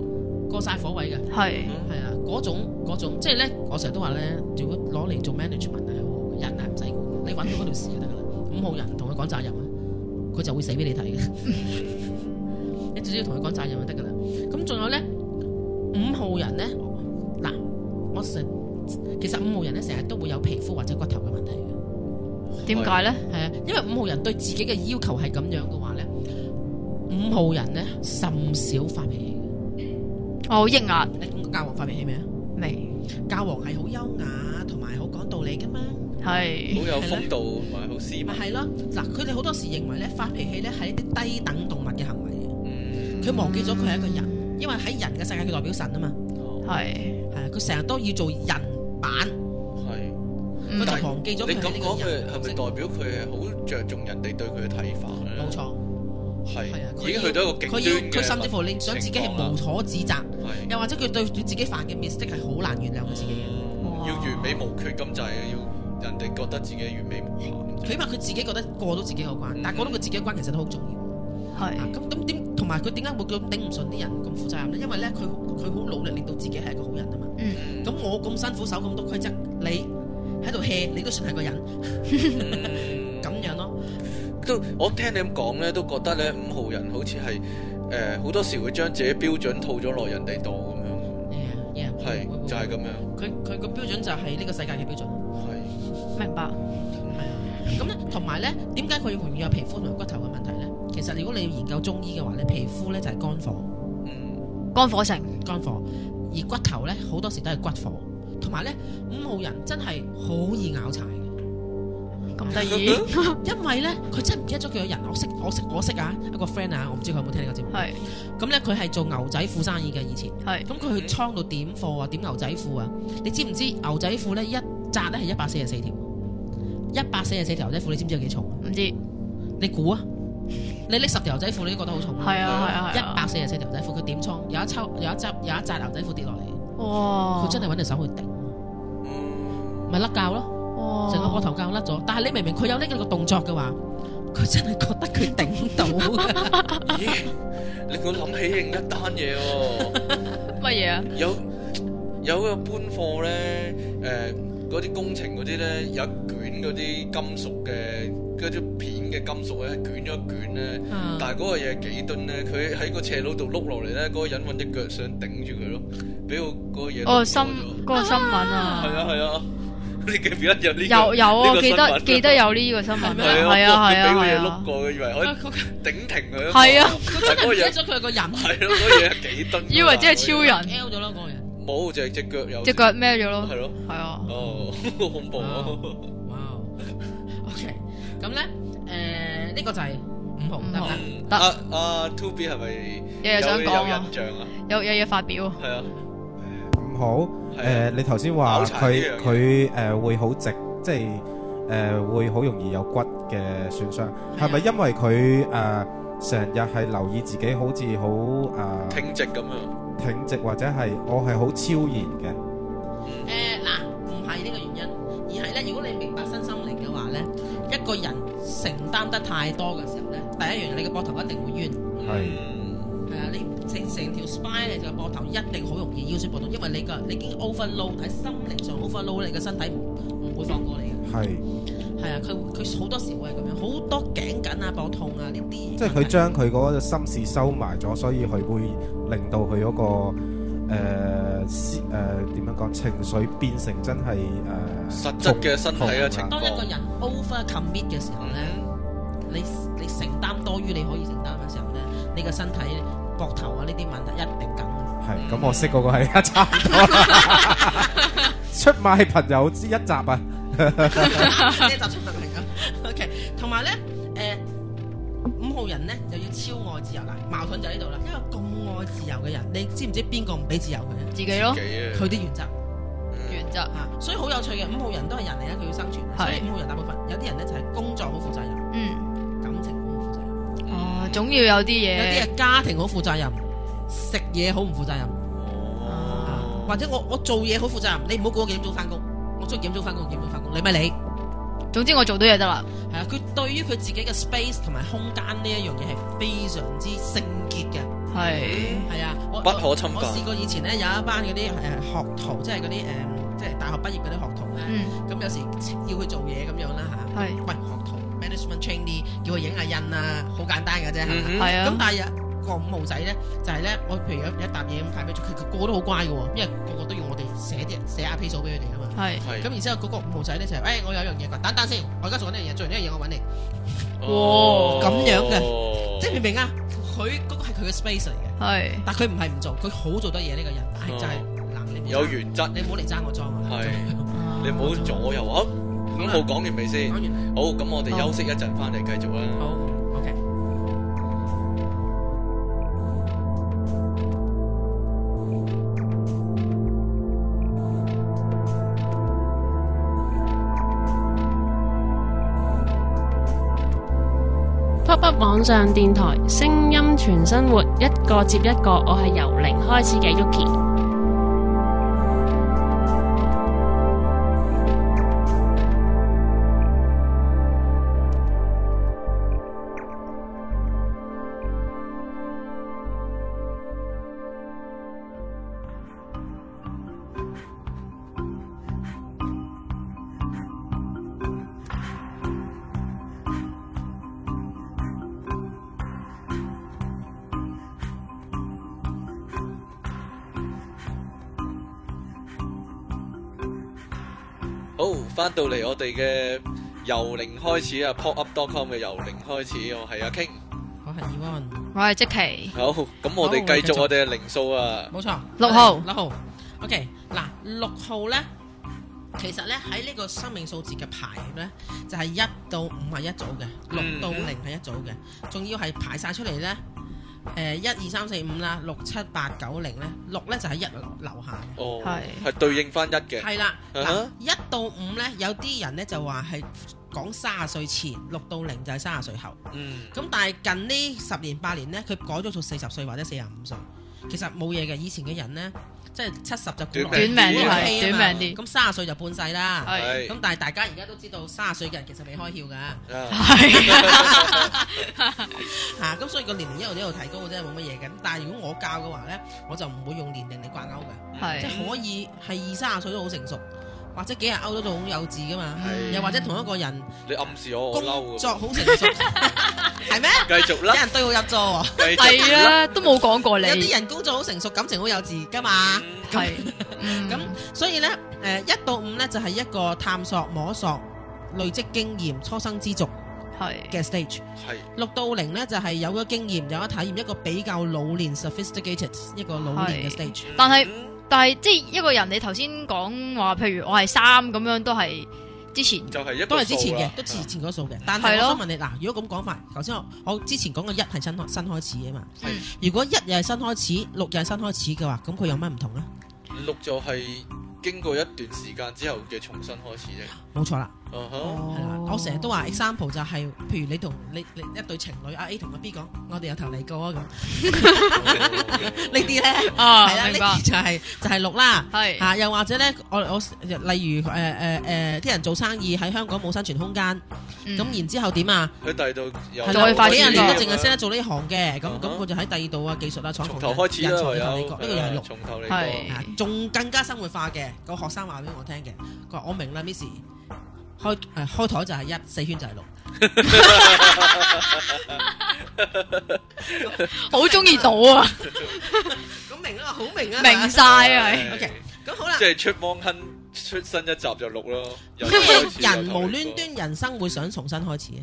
D: 過晒火位嘅。
E: 係
D: 係啊，嗰種嗰種即係咧，我成日都話咧，如果攞嚟做 management 係好好嘅，人係唔使管嘅，你揾到嗰條事就得噶啦。五號人同佢講責任啊，佢就會死俾你睇嘅。 你只要同佢講責任就得噶啦。咁仲有咧，五號人咧，嗱，我成其實五號人咧成日都會有皮膚或者骨頭嘅問題嘅，
E: 點解咧？
D: 係啊，因為五號人對自己嘅要求係咁樣嘅話咧，五號人咧甚少發脾氣
E: 我好抑壓
D: 嘅。你教皇發脾氣未啊？
E: 未？
D: 教皇係好優雅同埋好講道理噶嘛，
E: 係
C: 好有風度同埋好斯文
D: 咪。係咯？嗱，佢哋好多時認為咧發脾氣咧係一啲低等動物嘅行為，
C: 嗯
D: 佢忘記咗佢係一個人，因為喺人嘅世界佢代表神啊嘛，
C: 哦
E: 系，
D: 係啊，佢成日都要做人版，
C: 係。
E: 嗯
D: 佢就忘記咗
C: 你
D: 佢係
C: 咁
D: 呢
C: 講，
D: 個
C: 佢
D: 人
C: 係咪代表佢係好着重人哋對佢嘅睇法咧？
D: 冇，錯，係啊
C: 係
D: 佢
C: 已經去到一個極
D: 佢
C: 端
D: 要
C: 嘅哦
D: 佢甚至乎你想自己係
C: 情況啦
D: 無可指責，
C: 係嗯
D: 又或者佢對自己犯嘅 mistake 係好難原諒佢自己嘅。
E: 哇
C: 要完美無缺咁就係要人哋覺得自己完美無瑕咁
D: 起碼佢自己覺得過到自己個
C: 嗯
D: 關，但係過到佢自己個關其實都好重要。啊
E: 系，
D: 咁咁點？同埋佢點解會咁頂唔順啲人咁負責任咧？因為咧佢佢好努力令到自己係一個好人啊嘛。
C: 嗯
D: 咁我咁辛苦守咁多規則，你喺度 hea，你都算係個人
C: 嗯
D: 咁樣咯。
C: 都我聽你咁講咧，都覺得咧五號人好似係誒好多時會將自己標準套咗落人哋度咁
D: Yeah, yeah，
C: 樣，係就係咁樣，
D: 佢佢個標準就係呢個世界嘅標準。啊
C: 係
E: 明白，
D: 咁咧，同埋咧，點解佢容易有皮膚同埋骨頭嘅問題咧？其實如果你要研究中醫嘅話咧，皮膚咧就係肝火，
C: 嗯
E: 肝火盛，
D: 肝火，而骨頭咧好多時都係骨火，同埋咧五號人真係好易咬柴嘅。
E: 咁得意，系，
D: 因為咧，佢真係唔記得咗佢有人，我識我識我識啊，一個 friend 啊，我唔知佢有冇聽呢個節目。咁咧，佢係做牛仔褲生意嘅以前。
E: 係
D: 咁佢去倉度點貨啊，點牛仔褲啊。你知唔知牛仔褲咧一紮咧係一百四十四條，一百四十四條牛仔褲，你知唔知有幾重啊？
E: 唔知，系
D: 你估啊？你拎十條牛仔褲，你都覺得好重
E: 啊，系啊，
D: 一
E: 係啊
D: 百，四十四條牛仔褲，佢點倉？有一抽，有一執，有一紮牛仔褲跌落嚟，
E: 哇，
D: 佢真係揾隻手去頂，
C: 嗯
D: 咪甩臼咯，
E: 哇，
D: 成個膊頭臼甩咗。但係你明明佢有呢個動作嘅話，佢真係覺得佢頂到。啊
C: 咦，令我諗起另一單嘢喎。
E: 乜嘢啊？
C: 有有個搬貨咧，誒嗰啲工程嗰啲咧，有一卷嗰啲金屬嘅嗰啲片嘅金屬咧，捲咗一卷咧，
D: 啊
C: 但係嗰個嘢幾噸咧，佢喺個斜路度碌落嚟咧，嗰、個人揾只腳想頂住佢咯，俾我嗰個嘢
E: 哦，
C: 擸
E: 新
C: 咗
E: 嗰個新聞
C: 係
E: 啊，
C: 啊係啊， 你記唔記得有呢、個？
E: 有有
C: 呢
E: 啊，
C: 個
E: 記
C: 新
E: 得
C: 聞
E: 記得有呢個新聞啊，
C: 係
E: 係啊係啊
C: 佢俾
E: 係
C: 個嘢碌
E: 啊，
C: 過，佢以
D: Ờ,
C: 為可以頂停佢。
E: 係啊，
D: 佢真係唔記得
C: 人
D: 咗佢係個人
C: 係咯，嗰嘢幾噸㗎嘛。
E: 以為只係超人，
D: ，L 咗咯嗰個人。
C: 冇就係只腳有
E: 只腳孭咗咯
C: 係，咯，
E: 係啊，
C: 哦，好恐怖啊！
D: 哇，OK，咁 Ờ, 咧，誒呢個就係五號得唔得？
C: 嗯
E: 得
C: 啊啊，To B 係咪
E: 日日想
C: 有
E: 講
C: 有
E: 啊
C: 印，象啊？
E: 有有嘢發表啊，
C: 係啊，
F: 唔好。
C: 係
F: 誒，
C: 啊，
F: 你頭先話
C: 拗柴呢
F: 佢
C: 樣嘢
F: 佢誒會好直，即係誒會好容易有骨嘅損傷，係咪因為佢誒成日係留意自己好似好誒
C: 挺直咁樣，
F: 挺直，或者係我係好超然嘅？
D: 誒嗱，唔係呢個原因，而係咧，如果你明白身心靈嘅話咧，一個人承擔得太多嘅時候咧，第一樣嘢你嘅膊頭一定會冤，
F: 係
C: 嗯
D: 係啊，你成成條 spine 你就膊頭一定好容易腰酸背痛，因為你個你已經 overload 喺心靈上 overload，你嘅身體唔唔會放過你嘅，
F: 係，
D: 係啊，佢佢好多時會係咁樣，好多頸緊啊、膊痛啊呢啲，
F: 即係佢將佢嗰個心事收埋咗，所以佢會令到佢嗰個誒思誒點樣講情緒變成真係呃誒
C: 實質嘅身體嘅
F: 啊
C: 情
D: 當一個
C: 況。
D: 人 over commit 嘅時候咧。你你承擔多於你可以承擔嘅時候咧，你嘅身體、膊頭啊呢啲問題一定 緊。
C: 嗯
F: 係咁，我識嗰個係 一差唔多啦， 出賣朋友之一集啊！
D: 呢一集出得嚟噶。OK，同埋咧，誒、五號人咧就要超愛自由啦，矛盾就喺呢度啦。因為咁愛自由嘅人，你知唔知邊個唔俾自由佢啊？
E: 自己咯
C: 幾，啊
D: 佢啲原則
E: 原則
D: 啊，所以好有趣嘅。五號人都係人嚟啦，佢要生存，所以
E: 係
D: 五號人大部分有啲人咧就係工作好負責任，
E: 嗯，
D: 感情好唔負責任，
E: 哦，總要有啲
D: 有啲
E: 嘢，
D: 係家庭好負責任，食嘢好唔負責任。Ờ, 啊
C: 哦
D: 或者我我做嘢好負責任，你唔好估我幾點鐘翻工，我中意幾點鐘翻工，幾點鐘翻工，你咪理。
E: 總之我做到嘢得啦，
D: 係啊，佢對於佢自己嘅 space 同埋空間呢一樣嘢係非常之聖潔嘅。
E: 係，
D: 係啊，我
C: 不可侵犯
D: 我我試過以前咧有一班嗰啲誒學徒，即係嗰啲誒即係大學畢業嗰啲學徒咧，
E: 嗯，
D: 咁、有時要去做嘢咁樣啦嚇。
E: 係
D: 喂，學徒 management trainee 叫佢影下印啊，好簡單嘅啫。係咪
C: 嗯哼
E: 係
D: 咁
E: 啊，
D: 但係有個五毛仔咧，就係咧，我譬如有有一沓嘢咁派俾佢，佢佢個個都好乖嘅喎，因為個個都要我哋寫啲寫阿 P 數俾佢哋啊嘛。
E: 係，
D: 咁
C: 係
D: 然之後嗰個五號仔咧就係，誒、哎我有樣嘢㗎，等等先，我而家做緊呢樣嘢，做完呢樣嘢我揾你，
C: 哦
D: 咁樣嘅即係明唔明啊？佢嗰、個係佢嘅 space 嚟嘅，
E: 係，
D: 但佢唔係唔做，佢好做得嘢呢個人，但係就係、嗱，你唔
C: 哦
D: 好
C: 有
D: 爭
C: 原則，
D: 你唔好嚟爭我裝啊！
C: 係你
E: 啊
C: 唔好左右啊！咁冇講完未先
D: 講？完啦，
C: 好，咁我哋休息一陣，翻嚟繼續啦。
D: 好，OK。
G: 北網上電台，聲音全生活，一個接一個，我係由零開始嘅 Yuki。
C: 好，翻到嚟我哋嘅由零開始啊，popup.com 嘅由零開始，我係阿 King。
D: 我係 Evan，
E: 我系即奇，
C: 好，咁我哋
D: 好
C: 繼
D: 繼
C: 續
D: 續
C: 我哋嘅零數啊。
D: 冇錯，
E: 六號
D: 六號，OK，嗱，六號咧，其實咧喺呢個生命數字嘅排列咧，就係一到五係一組嘅，
C: 嗯
D: 六到零係一組嘅，仲要係排晒出嚟咧，誒一二三四五啦，六七八九零咧，六咧就係一樓樓下嘅。
C: 哦，
E: 係
C: 係對應翻一嘅。
D: 係啦，
C: 啊
D: 嗱
C: 哈
D: 一到五咧，有啲人咧就話係講三十歲前，六到零就係三十歲後。
C: 嗯，
D: 咁但係近呢十年八年咧，佢改咗做四十歲或者四十五歲，其實冇嘢嘅。以前嘅人咧，即係七十就古
E: 短
C: 命
E: 命
C: 啲
E: 啲
C: 係
E: 系，短命啲，
D: 啊咁三十歲就半世啦。
E: 係
C: 係
D: 咁但係大家而家都知道，三十歲嘅人其實未開竅㗎
C: 啊
E: 系
D: 嚇，咁、所以個年齡一路一路提高嘅啫，冇乜嘢嘅。咁但係如果我教嘅話咧，我就唔會用年齡嚟掛鈎嘅，
C: Ừ.
D: 即
E: 系
D: 係可以係二三十歲都好成熟，或者幾廿歐都仲好幼稚㗎嘛。
C: 係
D: 又或者同一個人
C: 你暗示我，我
D: 工
C: 嬲
D: 作
C: 啊。
D: 好成 熟，係咩？
C: 繼續
D: 有
C: 啦，
D: 人對號入座喎。
C: 繼續
E: 系啦，都冇讲过你，
D: 有啲人工作好成熟，感情好幼稚噶嘛，
C: 嗯
E: 系
D: 咁所以呢，诶一到五呢，就係一個探索、摸索、累積經驗、初生之犢
E: 系
D: 嘅 stage。
C: 係
D: 六到零呢，就係有咗經驗、有咗體驗，一個比較老練 sophisticated 一個老練嘅
E: 係
D: stage。
E: 但係
C: 嗯
E: 但系即系一個人，你頭先講話，譬如我係三咁樣，都係之前
C: 就係一
D: 都
C: 個
D: 係之前
C: 數啦啊
D: 嘅，都之前嗰數嘅。但係
E: 係
D: 我
E: 咯
D: 想問你，嗱，如果咁講法，頭先我我之前講嘅一係新開新開始啊嘛。
E: 嗯
D: 如果一又係新開始，六又係新開始嘅話，咁佢有乜唔同呢？
C: 六就係經過一段時間之後嘅重新開始啫。
D: 冇錯啦。
C: 嗯哼，
D: 係啦，我成日都話 example 就係、譬如你同你你一對情侶，阿 A 同阿 B 講，我哋有頭嚟過啊咁，呢
C: Uh-huh
D: 啲咧係
E: 啊
D: 啦，呢
E: 明白，
D: 啲就係、就係、六啦。
E: 係
D: 啊，又或者咧，我我例如誒誒誒，呃啲人做生意喺香港冇生存空間，咁、然之後點啊？
C: 佢第二度又
E: 嗯再發
D: 幾
E: 展
D: 廿
E: 啲
D: 年都
E: 咁
D: 淨係識得做呢行嘅，咁
C: 嗯
D: 咁
C: 哼
D: 佢就喺第二度啊，技術啊、廠
C: 從頭
D: 房
C: 開始
D: 人
C: 啦，
D: 才
C: 唯
D: 嚟
C: 有
D: 過，呢個又係
C: 係
D: 六
C: 啊。從頭嚟
E: 係
C: 過。
D: 啊仲更加生活化嘅個學生話俾我聽嘅，佢話我明啦，Miss，開誒、呃、開台就係一，四圈就係六。
E: 好中意賭啊，
D: 咁明啦，好明啊，
E: 明晒啊，係
D: OK，咁好啦
C: 即。係出芒亨出新一集就錄 咯。由一開始由
D: 咩
C: 頭
D: 人
C: 嚟
D: 無
C: 過
D: 端端人生會想重新開始啊？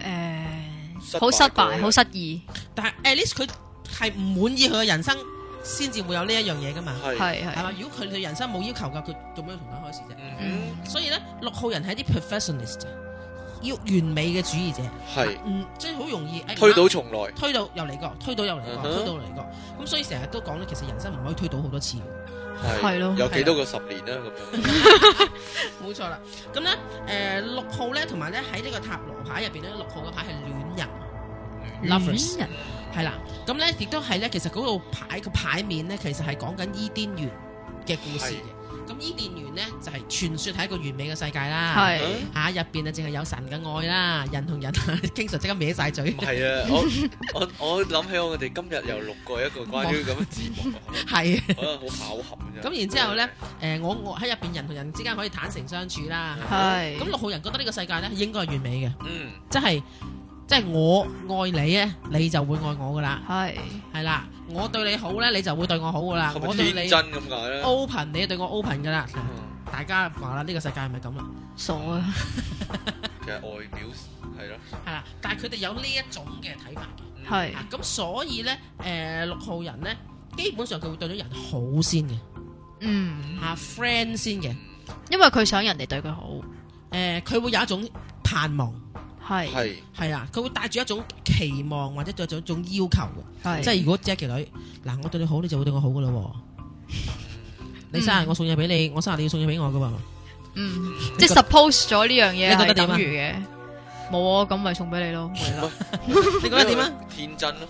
E: 诶
C: 失敗，
E: 好失
C: 過
E: 敗，好失意，
D: 但係 at least 佢係唔滿意佢嘅人生，先至會有呢一樣嘢噶嘛？
C: 係，
E: 係
D: 係
E: 係
D: 嘛？如果佢對人生冇要求噶，佢做咩重新開始啫？
C: 嗯
D: 所以咧，六號人係一啲 perfectionist，要完美嘅主義者，
C: 哼，係
D: 嗯，即係好容易哎
C: 推
D: 啱
C: 倒重來，
D: 推到又嚟過，推到又嚟過，
C: 嗯哼
D: 推到又嚟過。咁所以成日都講咧，其實人生唔可以推到好多次嘅。
E: 係咯
C: 有幾多個十年啦咁樣。
D: 冇錯啦。咁咧，誒、六號咧，同埋咧喺呢個塔羅牌入邊咧，六號嘅牌係戀人。Lovers
E: 戀人
D: 系啦，咁咧亦都係咧，其實嗰度牌個牌面咧，其實係講緊伊甸園嘅故事嘅。咁伊甸園咧就係、傳說係一個完美嘅世界啦，
E: 係
C: 嗯
D: 嚇入邊啊淨係有神嘅愛啦，人同人 啊經常即刻歪晒嘴
E: 哦
C: 唔，係啊，我我我諗起我哋今日又錄過一個關於咁嘅節目，
D: 係。
C: 可能好巧合嘅啫。
D: 咁然之後咧，誒、我我喺入邊人同人之間可以坦誠相處啦。
E: 係
D: 咁六號人覺得呢個世界咧應該係完美嘅，
C: 嗯，
D: 即係即係我愛你咧，你就會愛我噶啦，
E: 係
D: 係啦，我對你好咧，你就會對我好噶啦，
C: 係
D: 我
C: 咪
D: 對
C: 天
D: 你
C: 真啊咁解咧？
D: open，你對我 open 噶啦。
C: 嗯
D: 大家話啦，呢、個世界係咪咁啦？
E: 傻啊，
C: 其實外表係咯，
D: 係啦，但係佢哋有呢一種嘅睇法嘅。
C: 嗯
E: 係
D: 啊咁所以咧，誒、六號人咧，基本上佢會對咗人好先嘅，
E: 嗯，
D: 啊 friend 先
C: Ừ,
D: 嘅。誒、
E: 因為佢想人哋對佢好，
D: 佢會有一種盼望，
E: 係
C: 係
D: 係啦，佢會帶住一種期望或者對咗一種要求嘅。
E: 係
D: 即係如果 Jackie 女，嗱我對你好，你就會對我好噶啦喎。你生日我送嘢俾你，我生日你要送嘢俾我噶喎。
E: 嗯，即係 suppose 咗呢樣嘢
D: 你
E: 係
D: 覺得點啊
E: 等於嘅，冇啊，咁咪送俾你咯。
D: 係啦你覺得點啊？？
C: 天真咯，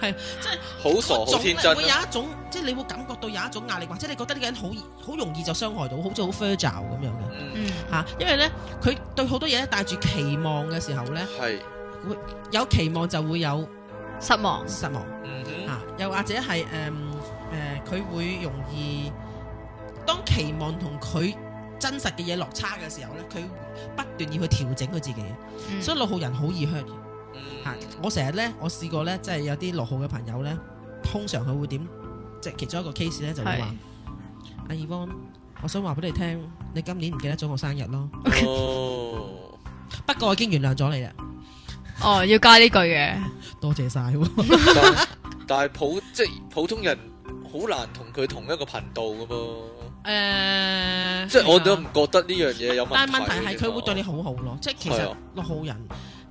D: 係
C: 真係好傻好
D: 總
C: 天
D: 係
C: 真
D: 會有
C: 咯。
D: 一種，即係你會感覺到有一種壓力，或者你覺得呢個人好易好容易就傷害到，好似好 fragile 咁樣嘅
C: 嗯，
E: 嗯，
D: 嚇。因為咧，佢對好多嘢咧帶住期望嘅時候咧，
C: 係，
D: 有期望就會有
E: 失望。
D: 失望。
C: 嗯哼，
D: 啊，又或者係誒誒，呃佢、會容易當期望同佢真實嘅嘢落差嘅時候咧，佢不斷要去調整佢自己，
E: 嗯
D: 所以六號人好易 hurt 嘅
C: 嗯
D: 嚇。我成日咧，我試過咧，即係有啲六號嘅朋友咧，通常佢會點？即係其中一個 case 咧，就會話
E: 係：
D: 阿 e v 我想話俾你聽，你今年唔記得咗我生日咯。
C: 哦，
D: 不過我已經原諒咗你啦，
E: 哦，要加呢句嘅，
D: 多謝晒喎。
C: 但但係普即係普通人好難同佢同一個頻道噶噃，
D: 誒，
C: 即係我
D: 係啊
C: 都唔覺得呢樣嘢有問題。
D: 但係問題係佢會對你好好咯，即係其
C: 係
D: 實
C: 啊
D: 六號人，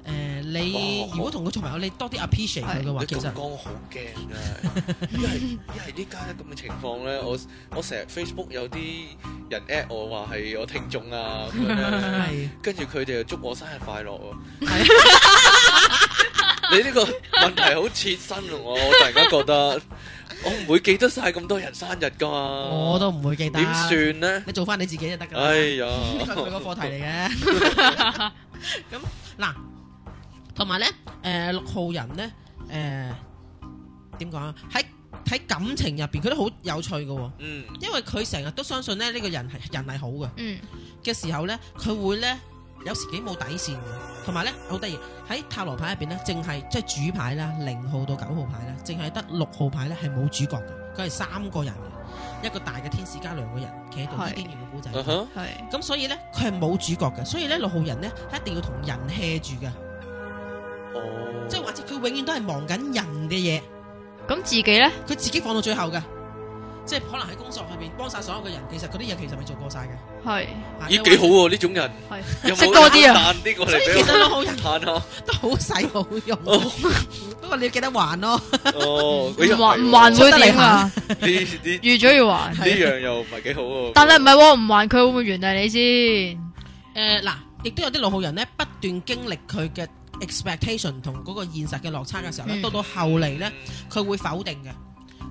D: 誒、你
C: 哦
D: 如果同佢做朋友，你多啲 appreciate 佢嘅話，
C: 你
D: 其
C: 咁
D: 實
C: 講我好驚 真係，一係一係呢家咁嘅情況咧，我我成日 Facebook 有啲人 at 我話係我聽眾啊咁樣咧，
D: 係
C: 跟住佢哋又祝我生日快樂喎。
D: 係
C: 你呢個問題好切身啊！我我突然間覺得， 我唔會記得晒咁多人生日噶嘛。
D: 我都唔會記得。
C: 哦點？算 呢？
D: 你做翻你自己就得㗎啦。
C: 哎呀，
D: 呢個係佢個課題嚟嘅。 咁嗱，同埋咧，誒、六號人咧，誒、點講啊？喺喺感情入邊，佢都好有趣嘅喎，
C: 嗯，
D: 因為佢成日都相信咧，呢、個人係人係好嘅。
E: 嗯，
D: 嘅時候咧，佢會咧有時幾冇底線嘅，同埋咧好得意喺塔羅牌入邊咧，淨係即係主牌啦，零號到九號牌啦，淨係得六號牌咧係冇主角嘅，佢係三個人嘅，一個大嘅天使加兩個人企喺度，呢
E: 係
D: 啲原嘅古仔。
C: 啊哈，
E: 係
D: 咁所以咧，佢係冇主角嘅，所以咧六號人咧一定要同人 hea 住嘅，
C: 哦，
D: 即係或者佢永遠都係忙緊人嘅嘢，
E: 咁自己咧，
D: 佢自己放到最後嘅，即係可能喺工作裏邊幫晒所有嘅人，其實嗰啲嘢其實咪做過晒嘅。
E: 係
D: 啊
C: 咦，幾好喎呢種人，
E: 係
C: 有
E: 識
C: 冇
E: 多啲啊
C: 彈呢個
D: 所以
C: 嚟
D: 其
C: 俾
D: 實六號人
C: 我彈下？
D: 都 好使好用
C: 哦，
D: 不過你要記得還咯。
C: 哦，
E: 唔還唔
C: 還
E: 還
C: 呢
E: 會點啊？
C: 呢
E: 預咗要
D: 啊
E: 還，
C: 呢樣又唔係幾好喎。
E: 但係唔係喎，唔還佢會唔會原諒你先？
D: 誒嗱、亦都有啲六號人咧，不斷經歷佢嘅 expectation 同嗰個現實嘅落差嘅時候咧，
E: 嗯
D: 到到後嚟咧，佢會否定嘅。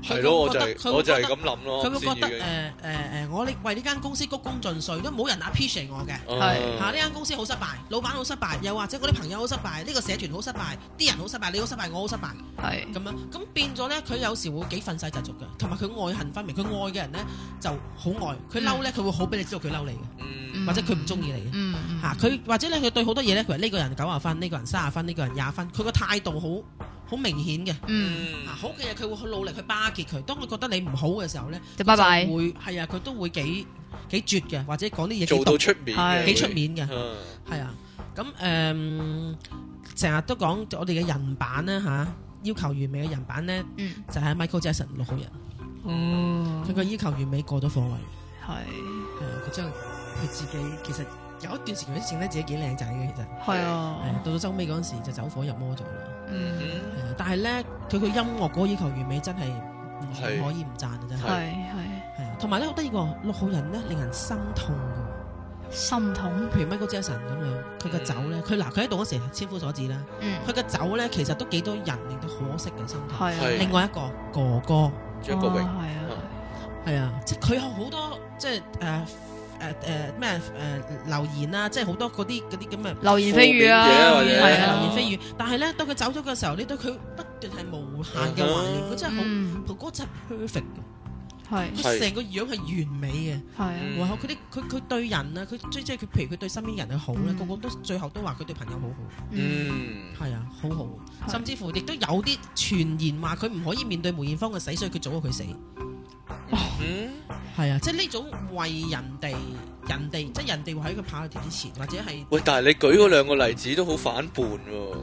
C: 係咯，我就係
D: 佢
C: 我
D: 會
C: 就
D: 覺
C: 係
D: 得
C: 咁諗咯。
D: 佢會覺
C: 先
D: 得
C: 已
D: 誒
C: 經
D: 誒誒，我哋為呢間公司鞠躬盡瘁，都冇人 appreciate 我嘅。
E: 係
D: 嚇呢間公司好失敗，老闆好失敗，又或者嗰啲朋友好失敗，呢個社團好失敗，啲人好失敗，你好失敗，我好失敗，
E: 係
D: 咁樣咁變咗咧，佢有時會幾憤世嫉俗嘅，同埋佢愛恨分明，佢愛嘅人咧就好愛，佢嬲咧佢會好俾你知道佢嬲你嘅，
C: 嗯
D: 或者佢唔中意你嘅。
E: 嗯嗯
D: 吓佢、或者咧佢對好多嘢咧，佢話呢個人九啊分，呢、個人三啊分，呢、個人廿分，佢個態度好好明顯嘅。
E: 嗯，
D: 啊，好嘅嘢佢會好努力去巴結佢。當佢覺得你唔好嘅時候咧，
E: 就拜拜
D: 就。會係啊，佢都會幾幾絕嘅，或者講啲嘢幾
C: 做到
D: 毒
C: 出面嘅，
E: 係
D: 幾出面嘅，
C: 嗯。
D: 係啊。咁誒，嗯成、日都講我哋嘅人版咧吓、要求完美嘅人版咧，
E: 嗯，
D: 就係、Michael Jackson 六號人，
E: 哦
D: 佢，個要求完美過咗火位，
E: 係
D: 係啊，佢將佢自己其實有一段時間都整得自己幾靚仔嘅，其實。
E: 係啊
D: 誒，到到收尾嗰陣時就走火入魔咗啦。
E: 嗯，
D: 係啊，但係咧，佢個音樂嗰個要求完美真係唔
C: 係
D: 可以唔讚啊嘅真係。
E: 係係
D: 係啊，同埋咧好得意喎，六號人咧令人心痛嘅
E: 心痛，
D: 喎。譬如 Michael Jackson 咁樣，佢個酒咧，佢嗱佢喺度嗰時係千夫所指啦。
E: 嗯，
D: 佢個酒咧其實都幾多人令到可惜嘅心痛。
E: 係啊
C: 係
D: 另外一個哥哥
C: 張國榮
E: 哦係啊，
D: 係啊，即係佢有好多即係誒誒誒咩誒留言啦，即係好多嗰啲嗰啲咁嘅。
E: 流言蜚語啊，
C: 負面嘢或者
E: 係
D: 係
E: 啊，
D: 啊，流言蜚語。但係咧，當佢走咗嘅時候，你對佢不斷係無限嘅懷念，佢真係好，
E: 嗯，
D: 佢嗰真係 perfect 嘅，
E: 係
D: 佢成個樣係完美嘅。
E: 係啊，
C: 嗯
D: 哇！佢啲佢佢對人啊，佢即即係佢，譬如佢對身邊人係好咧，
E: 嗯
D: 個個都最後都話佢對朋友好
E: 嗯，
C: 嗯，
D: 好，係啊，好好。
E: 係
D: 甚至乎亦都有啲傳言話佢唔可以面對梅艷芳嘅死，所以佢早咗佢死。
C: 嗯，
D: 係啊，即係呢種為人哋人哋即係人哋會喺佢跑去之前，或者係
C: 喂，但係你舉嗰兩個例子都好反叛喎，
D: 嗯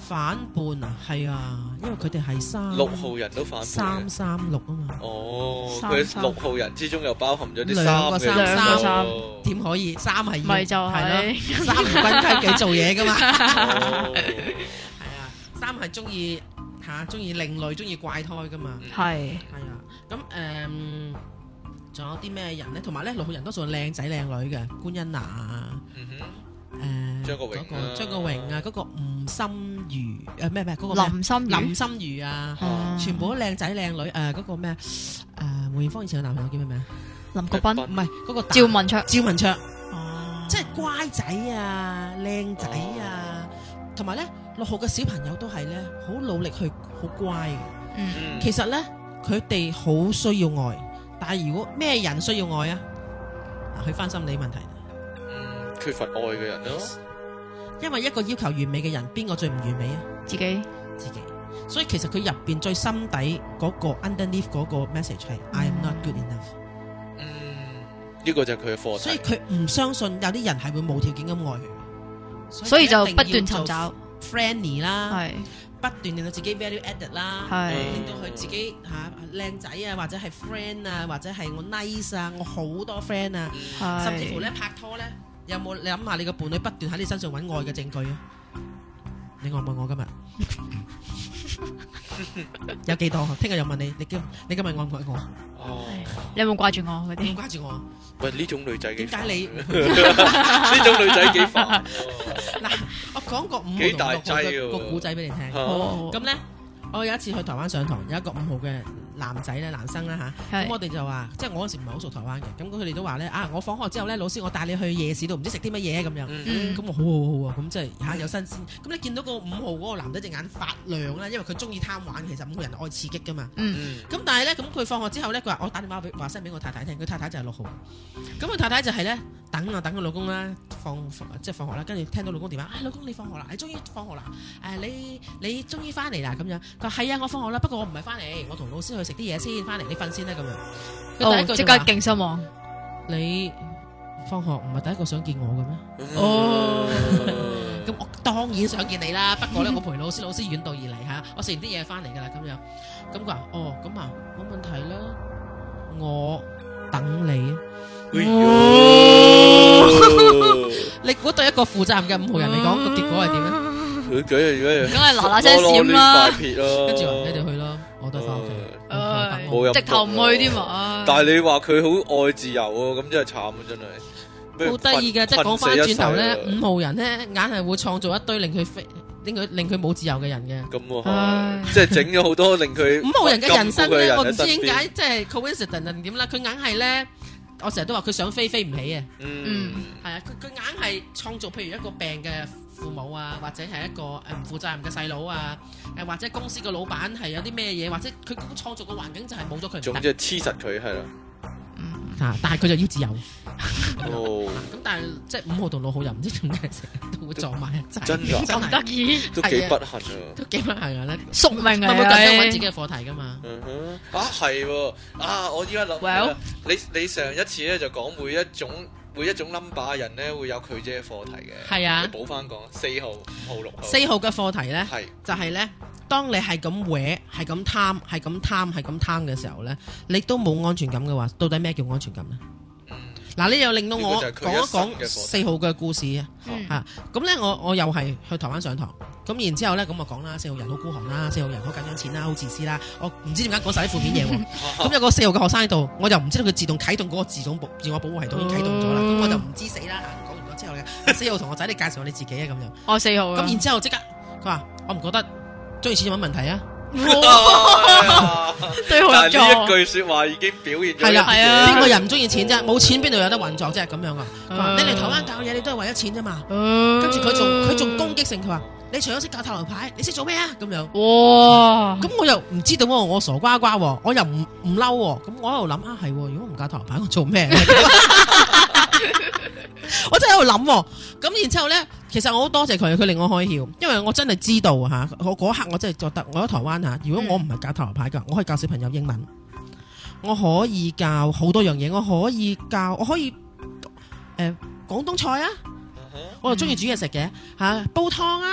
D: 反叛啊，係啊，因為佢哋係三
C: 六號人都反叛
D: 三
C: 嘅。
D: 三六啊嘛。
C: 哦，
E: 三
C: 佢
E: 三
C: 六號人之中又包含咗啲
D: 兩個
C: 三嘅
D: 三
C: 元素
E: 三
D: 點可以？三係要
E: 咪就係
D: 係咯，三唔分雞己做 嘢噶嘛。
C: 哦
D: 係啊，三係中意嚇，中意另類，中意怪胎噶嘛。
E: 係
D: 係啊，咁誒，嗯仲有啲咩人咧？同埋咧，六號人多數係靚仔靚女嘅，官恩娜啊，
C: 嗯哼，
D: 誒
C: 張國榮
D: 嗰個
C: 啊
D: 張國榮啊，嗰個吳心如誒咩咩嗰個咩啊
E: 林心如
D: 林心如啊，
E: 啊
D: 全部都靚仔靚女誒嗰個咩誒梅艷芳以前嘅男朋友叫咩名啊？
E: 林國斌、
C: 國
D: 唔係嗰個大
E: 趙文卓，
D: 趙文卓。
E: 哦
D: 即係乖仔啊、靚仔啊，同埋咧六號嘅小朋友都係咧好努力去好乖嘅。
E: 嗯
C: 嗯
D: 其實咧佢哋好需要愛，但係如果咩人需要愛啊？嗱去翻心理問題，
C: 嗯缺乏愛嘅人咯，
D: 因為一個要求完美嘅人，邊個最唔完美啊？
E: 自己
D: 自己。所以其實佢入邊最心底嗰個 underneath 嗰個 message 係 I am not good enough，
C: 嗯，呢個就係佢嘅課
D: 所以
C: 題。
D: 佢唔相信有啲人係會無條件咁愛佢嘅，
E: 所以就
D: 佢一
E: 不
D: 定
E: 斷
D: 要
E: 尋找
D: 做 friendly 啦，
E: 係
D: 不斷令到自己 value added 啦，
E: 係
D: 令到佢自己嚇靚仔啊，或者係 friend 啊，或者係我 nice 啊，我好多 friend 啊，甚至乎
E: 係
D: 咧拍拖咧，有冇你諗下你個伴侶不斷喺你身上揾愛嘅證據啊？你愛唔愛 我今日？有幾多？聽日又問你，你今你今日愛唔愛我？唔
C: 哦，
E: 你有冇掛住我嗰啲？
D: 關注我，
C: 喂，呢種女仔幾
D: 點解
C: 煩？啊
D: 你？
C: 呢種女仔幾煩？啊
D: 嗱，我講個五號
C: 幾
D: 同
C: 大
D: 六號
C: 劑喎
D: 嘅個古仔俾你聽。
E: 哦
D: 咁咧，我有一次去台灣上堂，有一個五號嘅男仔咧，男生啦吓。咁
E: 係
D: 我哋就話，即係我嗰時唔係好熟台灣嘅，咁佢哋都話咧啊，我放學之後咧，老師我帶你去夜市度，唔知食啲乜嘢咁樣。
C: 嗯
E: 嗯
D: 咁我好好好啊，咁即係嚇有新鮮。咁你見到個五號嗰個男仔隻眼發亮啦，因為佢中意貪玩，其實五號人愛刺激噶嘛。
C: 嗯
D: 咁但係咧，咁佢放學之後咧，佢話我打電話俾話聲俾我太太聽，佢太太就係六號。咁佢太太就係咧等啊等佢老公啦，放放即係放學啦，跟住聽到老公電話，啊、老公你放學啦，你終於放學啦，誒、你你終於翻嚟啦咁樣。佢話係啊，我放學啦，不過我唔係翻嚟，我同老師去食啲嘢先，翻嚟你瞓先啦咁樣。佢
E: 哦
D: 第一句
E: 即
D: 就
E: 刻
D: 話、
E: 勁失望，
D: 你放學唔係第一個想見我嘅咩？
C: 哦，
D: 咁我當然想見你啦，不過咧我陪老師，老師遠道而嚟嚇，我食完啲嘢翻嚟㗎啦咁樣。咁佢話：哦，咁啊冇問題啦，我等你啊。
C: 哎 呦
D: 你估對一個負責任嘅五號人嚟講，個結果係 點咧？
C: 佢梗係梗係
E: 梗係嗱嗱聲
C: 囉
E: 閃
C: 囉攣
E: 啦，
C: 快撇咯，
D: 跟住話你哋去咯，我都係翻屋企。
E: 唉
C: 冇
D: 我等我
C: 入
E: 直頭唔去添啊！唉
C: 但係你話佢好愛自由啊，咁真係慘啊，真係。
D: 好得意嘅，即係講
C: 講
D: 翻轉頭嗯咧，五號人咧，硬係會創造一堆令佢非令佢令佢冇自由嘅人嘅。
C: 咁
E: 唉
C: 啊， 即係整咗好多令佢
D: 五號人嘅人生咧，
C: 不
D: 我
C: 甘
D: 唔
C: 苦
D: 知
C: 嘅人喺身邊
D: 點解，即係 coincidence 定點啦，佢硬係咧，我成日都話佢想飛飛唔起啊。
C: 嗯
D: 係啊，佢佢硬係創造，譬如一個病嘅父母啊，或者係一個誒唔負責任嘅細佬啊，誒或者公司嘅老闆係有啲咩嘢，或者佢佢創造嘅環境就係冇咗佢唔
C: 總
D: 得
C: 之係黐實佢係啦。
E: 嗯
D: 啊，但係佢就要自由。
C: 哦，
D: 咁但係即係五號同六號又唔知點解成日都會撞埋一齊，
C: 真㗎
E: 咁得
D: 係
E: 意，
C: 都幾不幸啊。
D: 都幾乜係啊咧？
E: 宿命嚟
D: 咪會更加揾自
E: 嘅
D: 己。嘅課題㗎嘛？
C: 嗯哼，啊係喎，啊我依家諗起啦
E: Well
C: 你你上一次咧就講每一種每一種 number 人咧會有佢自己嘅課題嘅，
D: 係啊
C: 你，補翻講四號、五號、六號，
D: 四號嘅啊課題咧。
C: 係
D: 就係咧，當你係咁搲，係咁貪，係咁貪，係咁貪嘅時候咧，你都冇安全感嘅話，到底咩叫安全感咧？
C: 嗯
D: 嗱，呢又令到我
C: 呢個就係佢
D: 講
C: 一
D: 一
C: 生嘅課題
D: 講四號嘅故事啊！
E: 嗯
D: 嚇咁咧，我我又係去台灣上堂，咁然之後咧，咁我講啦，四號人好孤寒啦，四號人好緊張錢啦，好自私啦，我唔知點解講晒啲負面嘢 喎。咁有個四號嘅學生喺度，我又唔知道佢自動啟動嗰個自動保自我保護系統已經啟動咗
E: 哦
D: 啦，咁我就唔知死啦。講完咗之後 嘅四號同學仔，你介紹下你自己啊咁樣。
E: 我四號
D: 咁
E: 啊
D: 然，之後即刻，佢話我唔覺得中意錢有乜問 題啊？
C: 哇
E: 對號入
C: 哎但係
E: 座，
C: 呢一句説話已經表現咗
D: 係啦
C: 呢
E: 係啊
D: 邊個人唔中意錢啫？冇錢邊度有得運作啫？咁樣啊？佢話
E: 嗯
D: 你嚟台灣教嘢，你都係為咗錢啫嘛。
E: 跟
D: 跟住佢仲
E: 嗯
D: 佢仲攻擊性，佢話你除咗識教塔羅牌，你識做咩啊？咁樣。
E: 哇，
D: 咁我又唔知道喎，我傻瓜瓜喎，我又唔唔嬲喎，咁我喺度諗啊，係喎，如果唔教塔羅牌，我做咩？啊 我真係喺度諗喎，咁然之後咧，其實我好多謝佢，佢令我開竅，因為我真係知道嚇，我嗰刻我真係覺得，我喺台灣嚇，如果我唔係教塔羅牌㗎，我可以教小朋友英文，我可以教好多樣嘢，我可以教，我可以誒、呃、廣東菜啊。
C: 嗯
D: 我又中意煮嘢食嘅嚇，煲湯啊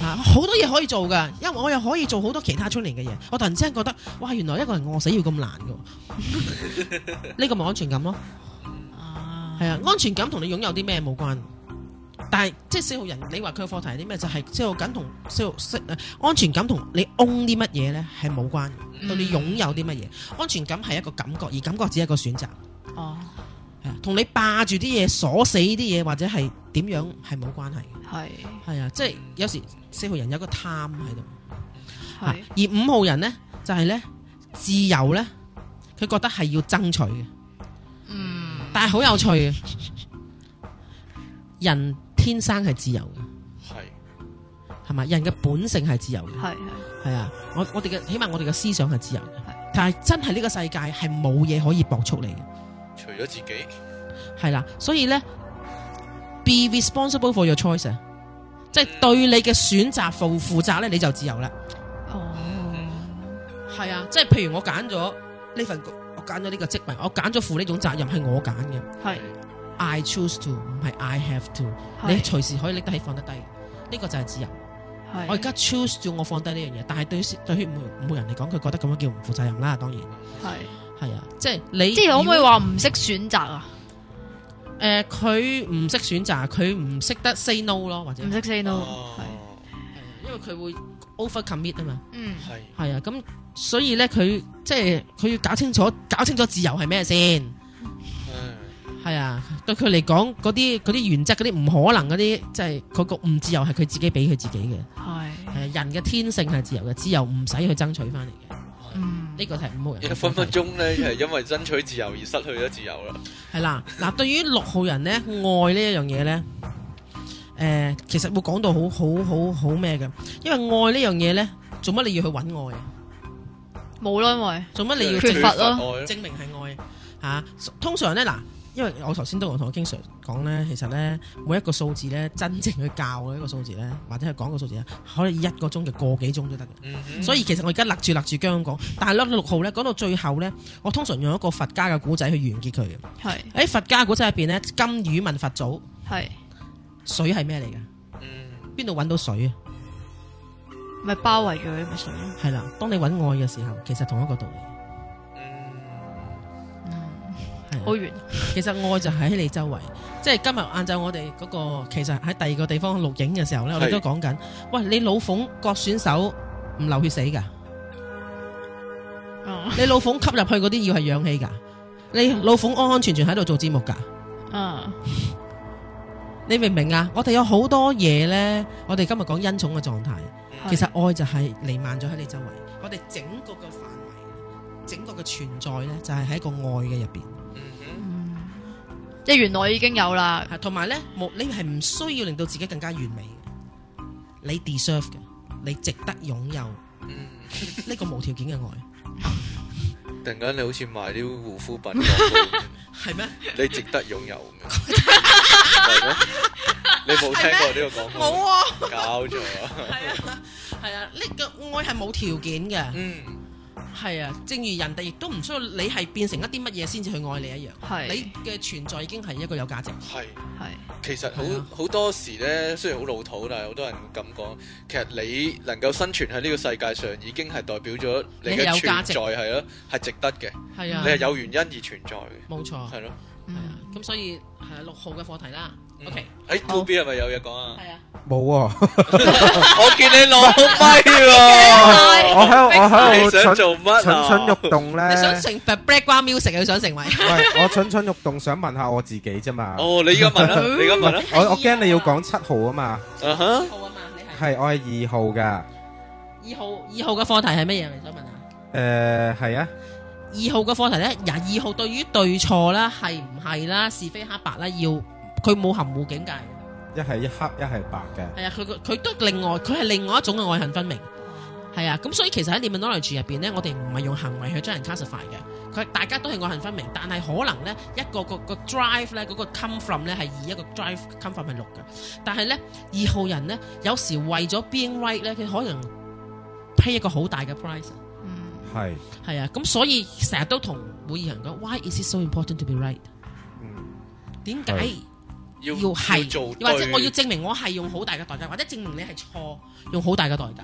D: 啊好多嘢可以做噶，因為我又可以做好多其他 training 嘅嘢。我突然之間覺得，哇！原來一個人餓死要咁難嘅喎，呢個咪安全感咯。
E: 啊
D: 係啊，安全感同你擁有啲咩冇關。但係即係四號人，你話佢嘅課題係啲咩？就係四號感同四號四呃安全感同你 own 啲乜嘢咧係冇關嘅，到你擁有啲乜嘢，安全感係一個感覺，而感覺只係一個選擇。
E: 哦，
D: 啊同你霸住啲嘢鎖死啲嘢或者係點樣係冇關係嘅。
E: 系
D: 係啊，即係有時四號人有個貪喺度，啊
E: 系
D: 而五號人呢，就係呢自由呢，佢覺得係要爭取嘅，
E: 嗯
D: 但係好有趣嘅，人天生係自由嘅，
C: 係
D: 係咪？人嘅本性係自由嘅。
E: 系系
D: 系啊，我我哋嘅起碼我哋嘅思想係自由嘅，但係真係呢個世界係冇嘢可以搏促你嘅，
C: 除咗自己，
D: 係啦，所以咧，be responsible for your choice，啊即係對你嘅選擇負負責咧，你就自由啦。
E: 哦
D: 係啊，即係譬如我揀咗呢份工，我揀咗呢個職位，我揀咗負呢種責任係我揀嘅
E: 系
D: ，I choose to，唔係 I have to，你
E: 系
D: 隨時可以拎得起放得低，呢個就係自由。我而家 choose 咗我放低呢樣嘢，但係對於對於每每人嚟講，佢覺得咁樣叫唔負責任啦，當然。
E: 系
D: 系啊，即系你，
E: 即系可唔可以话唔识选择啊？
D: 诶？呃佢唔識選擇，佢唔識得 say no 咯，或者呃
E: 唔识 say no 系
C: 哦
D: 因為佢會 over commit 啊嘛。
E: 嗯
C: 係
D: 係啊，咁所以咧，佢即係佢要搞清楚，搞清楚自由係咩先。
C: 嗯
D: 係啊，對佢嚟講，嗰啲嗰啲原則，嗰啲唔可能嗰啲，即係佢個唔自由係佢自己俾佢自己嘅。
E: 系
D: 係啊，人嘅天性係自由嘅，自由唔使去爭取翻嚟嘅。
E: 嗯
D: 呢個係五號
C: 因為
D: 人嘅
C: 分
D: 方法。
C: 分鐘咧係因為爭取自由而失去咗自由啦。
D: 係啦，嗱，對於六號人咧，愛呢一樣嘢咧，诶、其實會講到好好好好咩嘅，因為愛呢樣嘢咧，做乜你要去揾愛啊？
E: 冇啦，因为
D: 做乜你要
E: 缺乏咯
C: 愛
D: 證明係愛吓、啊通常咧嗱，因為我頭先都有同我經常講咧，其實咧每一個數字咧，真正去教嘅一個數字咧，或者係講個數字咧，可以一個鐘嘅個幾鐘都得嘅。
C: 嗯哼
D: 所以其實我而家勒住勒住姜講，但係咧六號咧講到最後咧，我通常用一個佛家嘅古仔去完結佢嘅。
E: 系
D: 喺佛家古仔入邊咧，金魚問佛祖：
E: 系
D: 水係咩嚟㗎？
C: 嗯
D: 邊度揾到水啊？
E: 咪包围住佢咪水咯？
D: 係啦，當你揾愛嘅時候，其實同一個道理。
C: 嗯
E: 嗯，
D: 係
E: 好
D: 啊，
E: 远
D: 其實愛就係喺你周圍。即係今日晏晝我哋嗰、個，其實喺第二個地方錄影嘅時候咧，我哋
C: 係
D: 都講緊，喂，你老鳳割選手唔流血死㗎？
E: 嗯
D: 你老鳳吸入去嗰啲要係氧氣㗎？你老鳳安安全全喺度做節目㗎？
E: 嗯
D: 你明唔明啊？我哋有好多嘢咧，我哋今日講恩寵嘅狀態。
E: 係
D: 其實愛就係瀰漫咗喺你周圍，我哋整個嘅範圍，整個嘅存在咧，就係喺一個愛嘅入邊。
C: 嗯哼
E: 嗯，即系原來已經有啦，
D: 係同埋咧，冇你係唔需要令到自己更加完美嘅，你 deserve 嘅，你值得擁有
C: 嗯，
D: 呢個無條件嘅愛，
C: 突然間你好似賣啲護膚品 廣告。
D: 係咩？
C: 你值得擁有咁樣，係咩？你冇聽過呢個廣告？
D: 啊，
C: 搞咗 啊！
D: 係啊，呢個愛係冇條件嘅，
C: 嗯，
D: 係啊，正如人哋亦都唔需要你係變成一啲乜嘢先至去愛你一樣，
E: 係
D: 你嘅存在已經係一個有價值。
C: 係。
E: 係
C: 其實
D: 係啊
C: 好好多時咧，雖然好老土，但係好多人會咁講。其實你能夠生存喺呢個世界上，已經係代表咗你
D: 你係有
C: 嘅
D: 價
C: 存
D: 值嗯
C: 在係咯，係值得嘅。
D: 係啊
C: 你係有原因而存在嘅，
D: 冇錯，係
C: 係咯。
D: 啊，
E: 嗯
D: 咁所以係啊六號嘅課題啦。
C: 嗯
D: OK，
C: 誒，Two B 係咪有嘢講啊？
D: 係啊。
F: 冇喎，
C: 我見你攞咪
E: 嗯
C: 喎，
E: 啊
F: 我喺度我 喺
C: 你
F: 度
C: 想
F: 蠢
C: 做乜
F: 蠢
C: 啊？
F: 蠢欲動
D: 你想
F: 咧。
D: 成 background music 啊？你想成為？
F: 喂，我蠢蠢欲動，想問下我自己啫嘛。
C: 哦，你而家問啦，你而家問啦。
F: 我我驚你要講七號啊嘛，
C: 啊哈，
D: 號啊嘛，你係
F: 係我係二號㗎。
D: 二號二號嘅課題係乜嘢？你想問下？
F: 誒係啊，
D: 二號嘅課題咧，廿二號對於對錯啦、係唔係啦、是非黑白啦，要佢冇含糊境界。
F: 一係一黑一係白嘅。
D: 係啊，佢佢佢都另外，佢係另外一種嘅愛恨分明。係啊，咁所以其實喺 Demonology 入邊咧，我哋唔係用行為去將人 classify 嘅，佢大家都係愛恨分明，但係可能咧一個個個 drive 咧嗰、個 come from 咧係二，一個 drive come from 係六嘅，但係咧二號人咧有時為咗 being right 咧，佢可能 pay 一個好大嘅 price。啊
E: 嗯
F: 係，
D: 係啊，咁所以成日都同每二人講，Why is it so important to be right？
F: 嗯，
D: 點解
F: 係
C: 要
D: 要係
C: 做，
D: 又或者我要證明我係用好大嘅代價，或者證明你係錯，用好大嘅代價。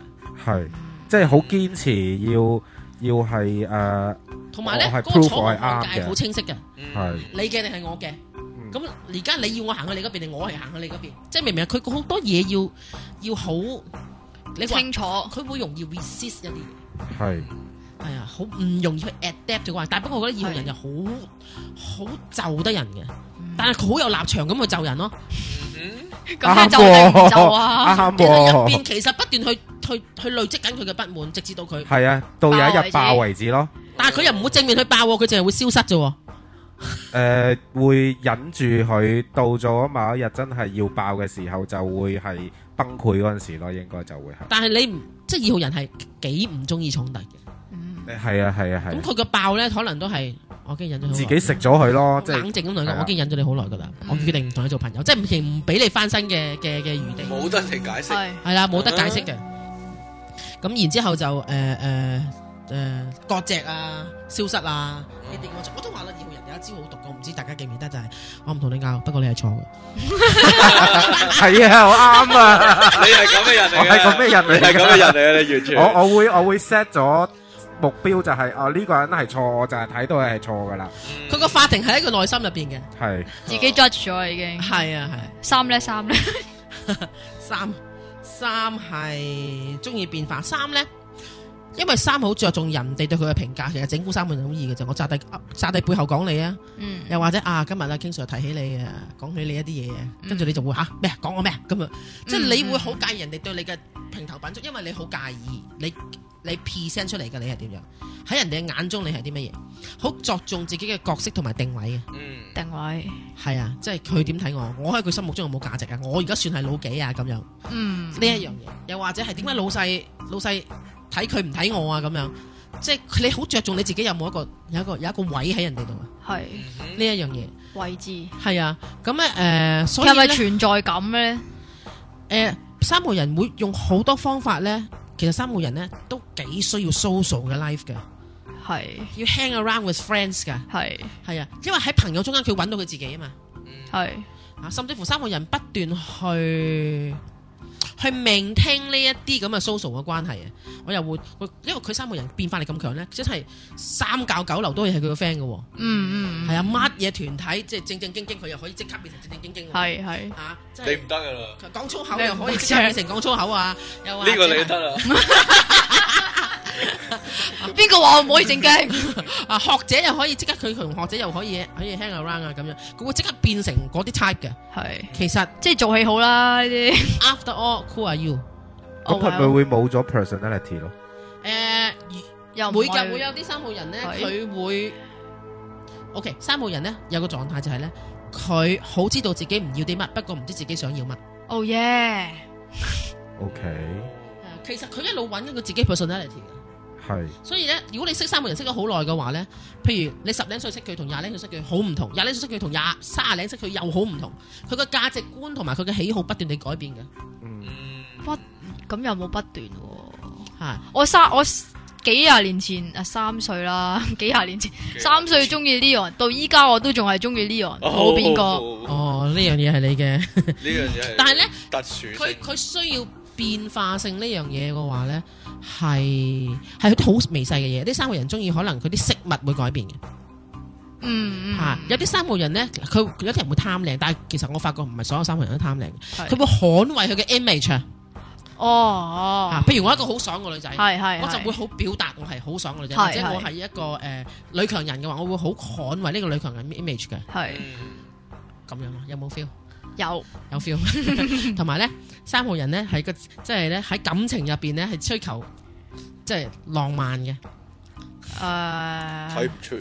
F: 係，即係好堅持要要係呃誒，
D: 同埋咧，
F: 哦我係
D: 嗰個
F: prove
D: 錯
F: 我係
D: 誤
F: 啱
D: 界
F: 嘅
D: 好清晰嘅，
C: 係
F: 係
D: 你嘅定係我嘅。
F: 嗯
D: 咁而家你要我行去你嗰邊，定我係行去你嗰邊？即係明唔明啊？佢好多嘢要要好，你話
E: 清楚
D: 佢會容易 resist 一啲嘢。
F: 係
D: 係啊，好唔容易去 adapt 嘅話，但不過我覺得二號人就好好就得人嘅，
E: 嗯
D: 但係佢好有立場咁去就人咯。
C: 嗯
E: 咁你就定唔就啊？
F: 啱
D: 其實入邊
F: 喎，
D: 其實不斷去去去累積緊佢嘅不滿，直至到佢，
F: 係啊，到有一日爆為止咯。
D: 但係佢又唔會正面去爆喎，佢淨係會消失啫喎。
F: 诶、呃會忍住佢，到咗某一日真係要爆嘅時候，就會係崩潰嗰阵时咯，應該就會係。
D: 但係你唔即係二號人係幾唔中意衝突嘅，
E: 嗯
F: 係啊，係啊，係
D: 咁
F: 啊。
D: 佢嘅爆咧可能都係我已經忍咗好耐
F: 自己食咗佢咯，即係
D: 冷靜咁同佢
F: 係
D: 講，
F: 啊嗯
D: 我已經忍咗你好耐噶啦，我決定唔同你做朋友，即係唔唔俾你翻身嘅嘅嘅餘地，
C: 冇得你解釋。
E: 係
D: 係啦，冇得解釋嘅。
F: 嗯
D: 咁然之後就誒誒誒割席啊，消失啊，呢啲我我都話啦，二號人有一招好毒嘅，我唔知大家記唔記得就係我唔同你拗，不過你係錯嘅。
F: 係啊，我啱啊，
C: 你係咁嘅人
F: 我
C: 嚟
F: 係咁
C: 嘅，
F: 嘅人
C: 你
F: 嚟
C: 係
F: 㗎
C: 咁嘅人嚟嘅，你完全。
F: 我我會我會 set 咗目標就係、哦呢、個人係錯，我就係睇到佢係錯噶啦，
C: Ừ.
D: 佢個法庭係喺佢內心入邊嘅，
F: 係
E: 自己 judge 咗已經。
D: 係啊係。
E: 三咧三咧，
D: 三三係中意變化，三咧，因為三好着重人哋對佢嘅評價，其實整蠱三個人好易嘅啫。我扎地扎地背後講你啊，
E: 嗯，
D: 又或者啊，今日啊，經常提起你啊，講起你一啲嘢啊，跟住你就會吓咩講我咩咁啊，即係你會好介意人哋對你嘅評頭品足，因為你好介意你你 present 出嚟嘅你係點樣，喺人哋嘅眼中你係啲乜嘢，好着重自己嘅角色同埋定位啊嘅。
C: 嗯
E: 定位，
D: 係啊，即係佢點睇我，我喺佢心目中有冇價值啊？我而家算係老幾啊？咁樣。
E: 嗯，
D: 呢一樣嘢，又或者係點解老細老細睇佢唔睇我啊咁樣，即係你好着重你自己有冇一個有一個有一個位喺人哋度啊？
E: 係
D: 呢一樣嘢
E: 位置，
D: 係啊，咁咧誒，所以
E: 係咪
D: 咧
E: 存在感咧？
D: 誒，三個人會用好多方法咧，其實三個人咧都幾需要 social 嘅 life 嘅，
E: 係
D: 要 hang around with friends 㗎，
E: 係
D: 係啊，因為喺朋友中間佢揾到佢自己啊嘛，
E: 係，
D: 啊，甚至乎三個人不斷去去 maintain 呢一啲咁嘅 social 嘅關係啊，我又會會因為佢三個人變化力咁強咧，即係三教九流都係佢個 friend 嘅喎，
E: 嗯嗯，
D: 係啊，乜嘢團體即係正正經經，佢又可以即刻變成正正經經喎，
E: 係係，
D: 啊，即
C: 你
D: 係
C: 唔得噶啦，
D: 佢講粗口
E: 你
D: 又可以即刻變成講粗口啊，又話
C: 呢個你得啦。
E: 啊邊個話我唔可以正經？
D: 啊，學者又可以即刻佢同學者又可以可以 hang around 啊咁樣，佢會即刻變成嗰啲 type 嘅。
E: 係
D: 其實
E: 即係做戲好啦呢啲。
D: after all，who are you？哦
F: 咁佢
D: 啊
F: 咪會冇咗 personality 咯？
D: 誒、
E: 又唔
D: 會噶，
E: 係
D: 會有啲三號人咧，
E: 係
D: 佢會 OK 三號人咧有個狀態就係咧，佢好知道自己唔要啲乜，不過唔知自己想要乜。
E: Oh yeah，
F: OK，
D: 其實佢一路揾緊佢自己 personality 嘅，
F: 係
D: 所以咧，如果你識三個人識咗好耐嘅話咧，譬如你十零歲識佢同廿零歲識佢好唔同，廿零歲識佢同廿卅零識佢又好唔同，佢個價值觀同埋佢嘅喜好不斷地改變嘅，
F: 嗯
C: 嗯
E: 不咁又冇不斷喎。
D: 嚇
E: 我三我幾廿年前啊三歲啦， 幾廿年前三歲中意 Leon，到依家我都仲係中意
C: Ừ.
E: Leon，冇變過。
C: 哦好好好
D: 哦，呢樣嘢係你嘅，
C: 呢樣嘢係
D: 但係咧。
C: 特殊
D: 佢
C: 性。
D: 佢需要變化性呢樣嘢嘅話咧，係係啲好微細嘅嘢。呢三個人中意可能佢啲飾物會改變嘅
E: 嗯
D: 嚇、
E: 嗯，
D: 有啲三個人咧，佢有啲人會貪靚，但係其實我發覺唔係所有三個人都貪靚，
E: 係
D: 佢會捍衞佢嘅 image 啊
E: 哦哦
D: 啊。，譬如我一個好爽嘅女仔。
E: 係係，
D: 我就
E: 係
D: 會好表達我係好爽嘅女仔，
E: 係
D: 或者
E: 係
D: 我係一個誒、呃女強人嘅話，我會好捍衞呢個女強人 image 嘅
E: 係
C: 嗯
D: 咁樣咯，有冇 feel？
E: 有
D: 有 feel，同埋咧三號人咧喺個即係咧喺感情入邊咧係追求即係浪漫嘅，
C: 睇
E: 誒，
C: 唔出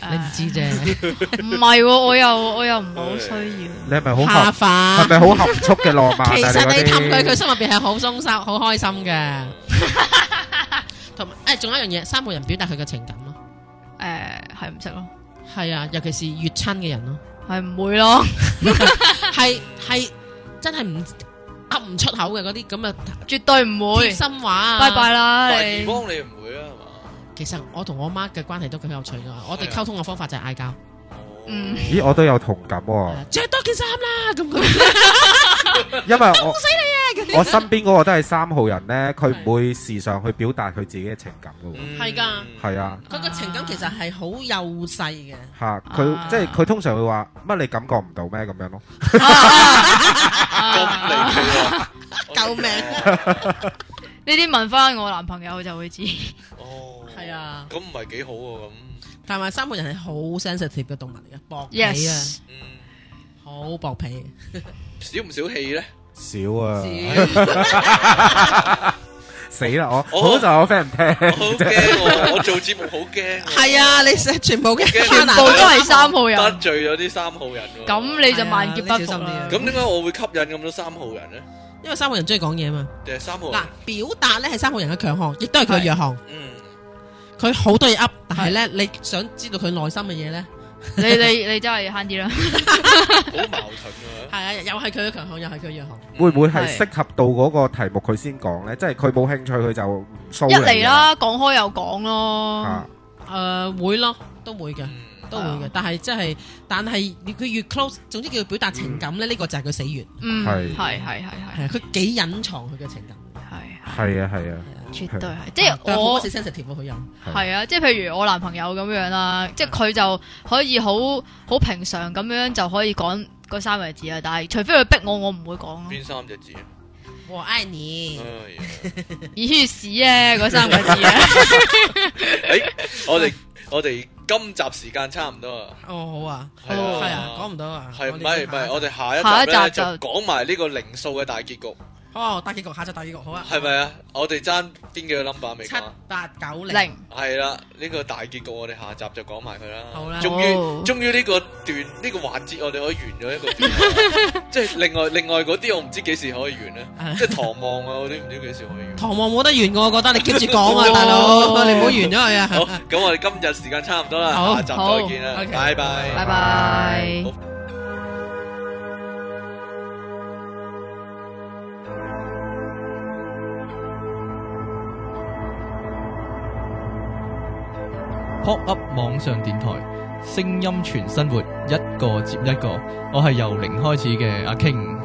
C: 啊，真
D: 你唔知 啫。
E: 唔係喎，我又我又 唔係好需要。
F: 你係咪好
D: 下
F: 含係
D: 飯，
F: 咪好含蓄嘅浪漫啊？
D: 啊 其實你氹佢，
F: 嗰
D: 佢心入邊係好鬆 手、好開心嘅。同埋誒，仲有一樣嘢，三號人表達佢嘅情感咯，
E: 诶，系唔識咯，
D: 係啊，尤其是越親嘅人咯，
E: 係唔會咯，
D: 係係真係唔噏唔出口嘅嗰啲咁嘅
E: 絕對唔
D: 貼
E: 會。
D: 心話啊
E: 拜拜啦
C: 係。
E: 你
C: 但。幫你唔會啊，係嘛？
D: 其實我同我媽嘅關係都幾有趣㗎，我哋
C: 係啊
D: 溝通嘅方法就係嗌交。
C: 哦
E: 嗯
F: 啲咦，我都有同 感喎，
D: 着多件衫啦，咁佢
F: 因為我
D: 啊
F: 我身邊嗰個都係三號人咧，佢唔會時常去表達佢自己嘅情感嘅喎，
C: 嗯
D: 係㗎
F: 係啊。
D: 佢個情感其實係好幼細嘅，
F: 吓佢、
E: 啊
F: 即係佢通常會話乜你感覺唔到咩咁樣咯，
C: 咁離
E: 啊
C: 奇啊！
D: 救命！
E: 呢啲問翻我男朋友就會知，
C: 哦，
D: 係係啊，
C: 咁唔係幾好喎咁。
D: 但係三個人係好 sensitive 嘅動物嚟嘅，薄皮啊，
E: Yes，
C: 嗯，
D: 好薄皮。
C: 少唔少氣咧？
F: 少啊，
D: 少
F: 死啦！
D: 哦
F: 我
C: 我
F: 好就我 friend 唔
C: 我
F: 聽，
C: 好驚 喎，我做節目好驚喎，
D: 係啊，你成全部嘅
C: 全
E: 全部都係三號人，
C: 得罪咗啲三號人喎。
E: 咁你就萬劫不
D: 係啊你
E: 復
D: 小心啲啊
E: 啦。
C: 咁點解我會吸引咁多三號人咧？
D: 因為三個人中意講嘢嘛。
C: 定係三號人
D: 嗱？，表達咧係三個人嘅強項，亦都係佢嘅弱項。
C: 嗯，
D: 佢好多嘢噏，但係咧，你想知道佢內心嘅嘢咧，
E: 你你你真係慳啲啦。
C: 好矛 盾啊！
D: 係啊，又係佢嘅強項，又係佢嘅弱項。
F: 會唔會係
E: 係
F: 適合到嗰個題目佢先講咧？即係佢冇興趣佢就唔騷
E: 一
F: 你
E: 嚟啦，講開又講咯
F: 啊，，
D: 誒、會咯，都會嘅，
C: 嗯
D: 都會嘅。但係即係，但係佢越 close，總之叫佢表達情感咧，呢、個就係佢死穴。
E: 嗯，
F: 係
E: 係係係
D: 係啊
E: 係
D: 佢幾隱藏佢嘅情感。
E: 係，
F: 係啊係啊，
E: 絕對係，即係
D: 我
E: 我
D: 啊好 sensitive 喎佢又
E: 係啊，即係譬如我男朋友咁樣啦，即係佢就可以好好平常咁樣就可以講嗰三個字啊，但係除非佢逼我，我唔會講咯。
C: 邊三隻字啊？
D: 我愛你。
C: 哎呀
E: 咦屎啊，嗰三個字啊，
C: 诶，我哋我哋今集時間差唔多啊，
D: 哦，好啊，
C: 係啊
D: 係啊，講唔到啊，
C: 係
D: 我
C: 唔
D: 哋
C: 係
D: 講
C: 唔
D: 下
C: 係？
D: 集
C: 我哋下
E: 下
C: 一
E: 一
C: 集
E: 集
C: 咧就
E: 就
C: 講埋呢個零數嘅大結局，
D: 哦，大結局下集大結局好啊，
C: 係咪啊？我哋爭邊幾個 number 未
D: 七
C: 講？
D: 八九零
E: 零
C: 係啦，呢個大結局我哋下集就講埋佢啦。
D: 好啦
C: 終於
E: 好
C: 終於呢個段呢個環節我哋可以完咗一個段落，即係另外另外嗰啲我唔知幾時可以完
D: 係
C: 咧
D: 啊，
C: 即係唐望啊嗰啲唔知幾時可以完。
D: 唐望冇得完㗎，我覺得你 keep 住講 啊，大佬，你唔好完咗佢啊。
C: 哦好，咁我哋今日時間差唔多啦，
D: 好
C: 下集
E: 好
C: 再見啦，
D: ，OK
C: 拜拜。
E: 拜拜。
B: Pop Up 網上電台，聲音全生活，一個接一個。我係由零開始嘅阿 King。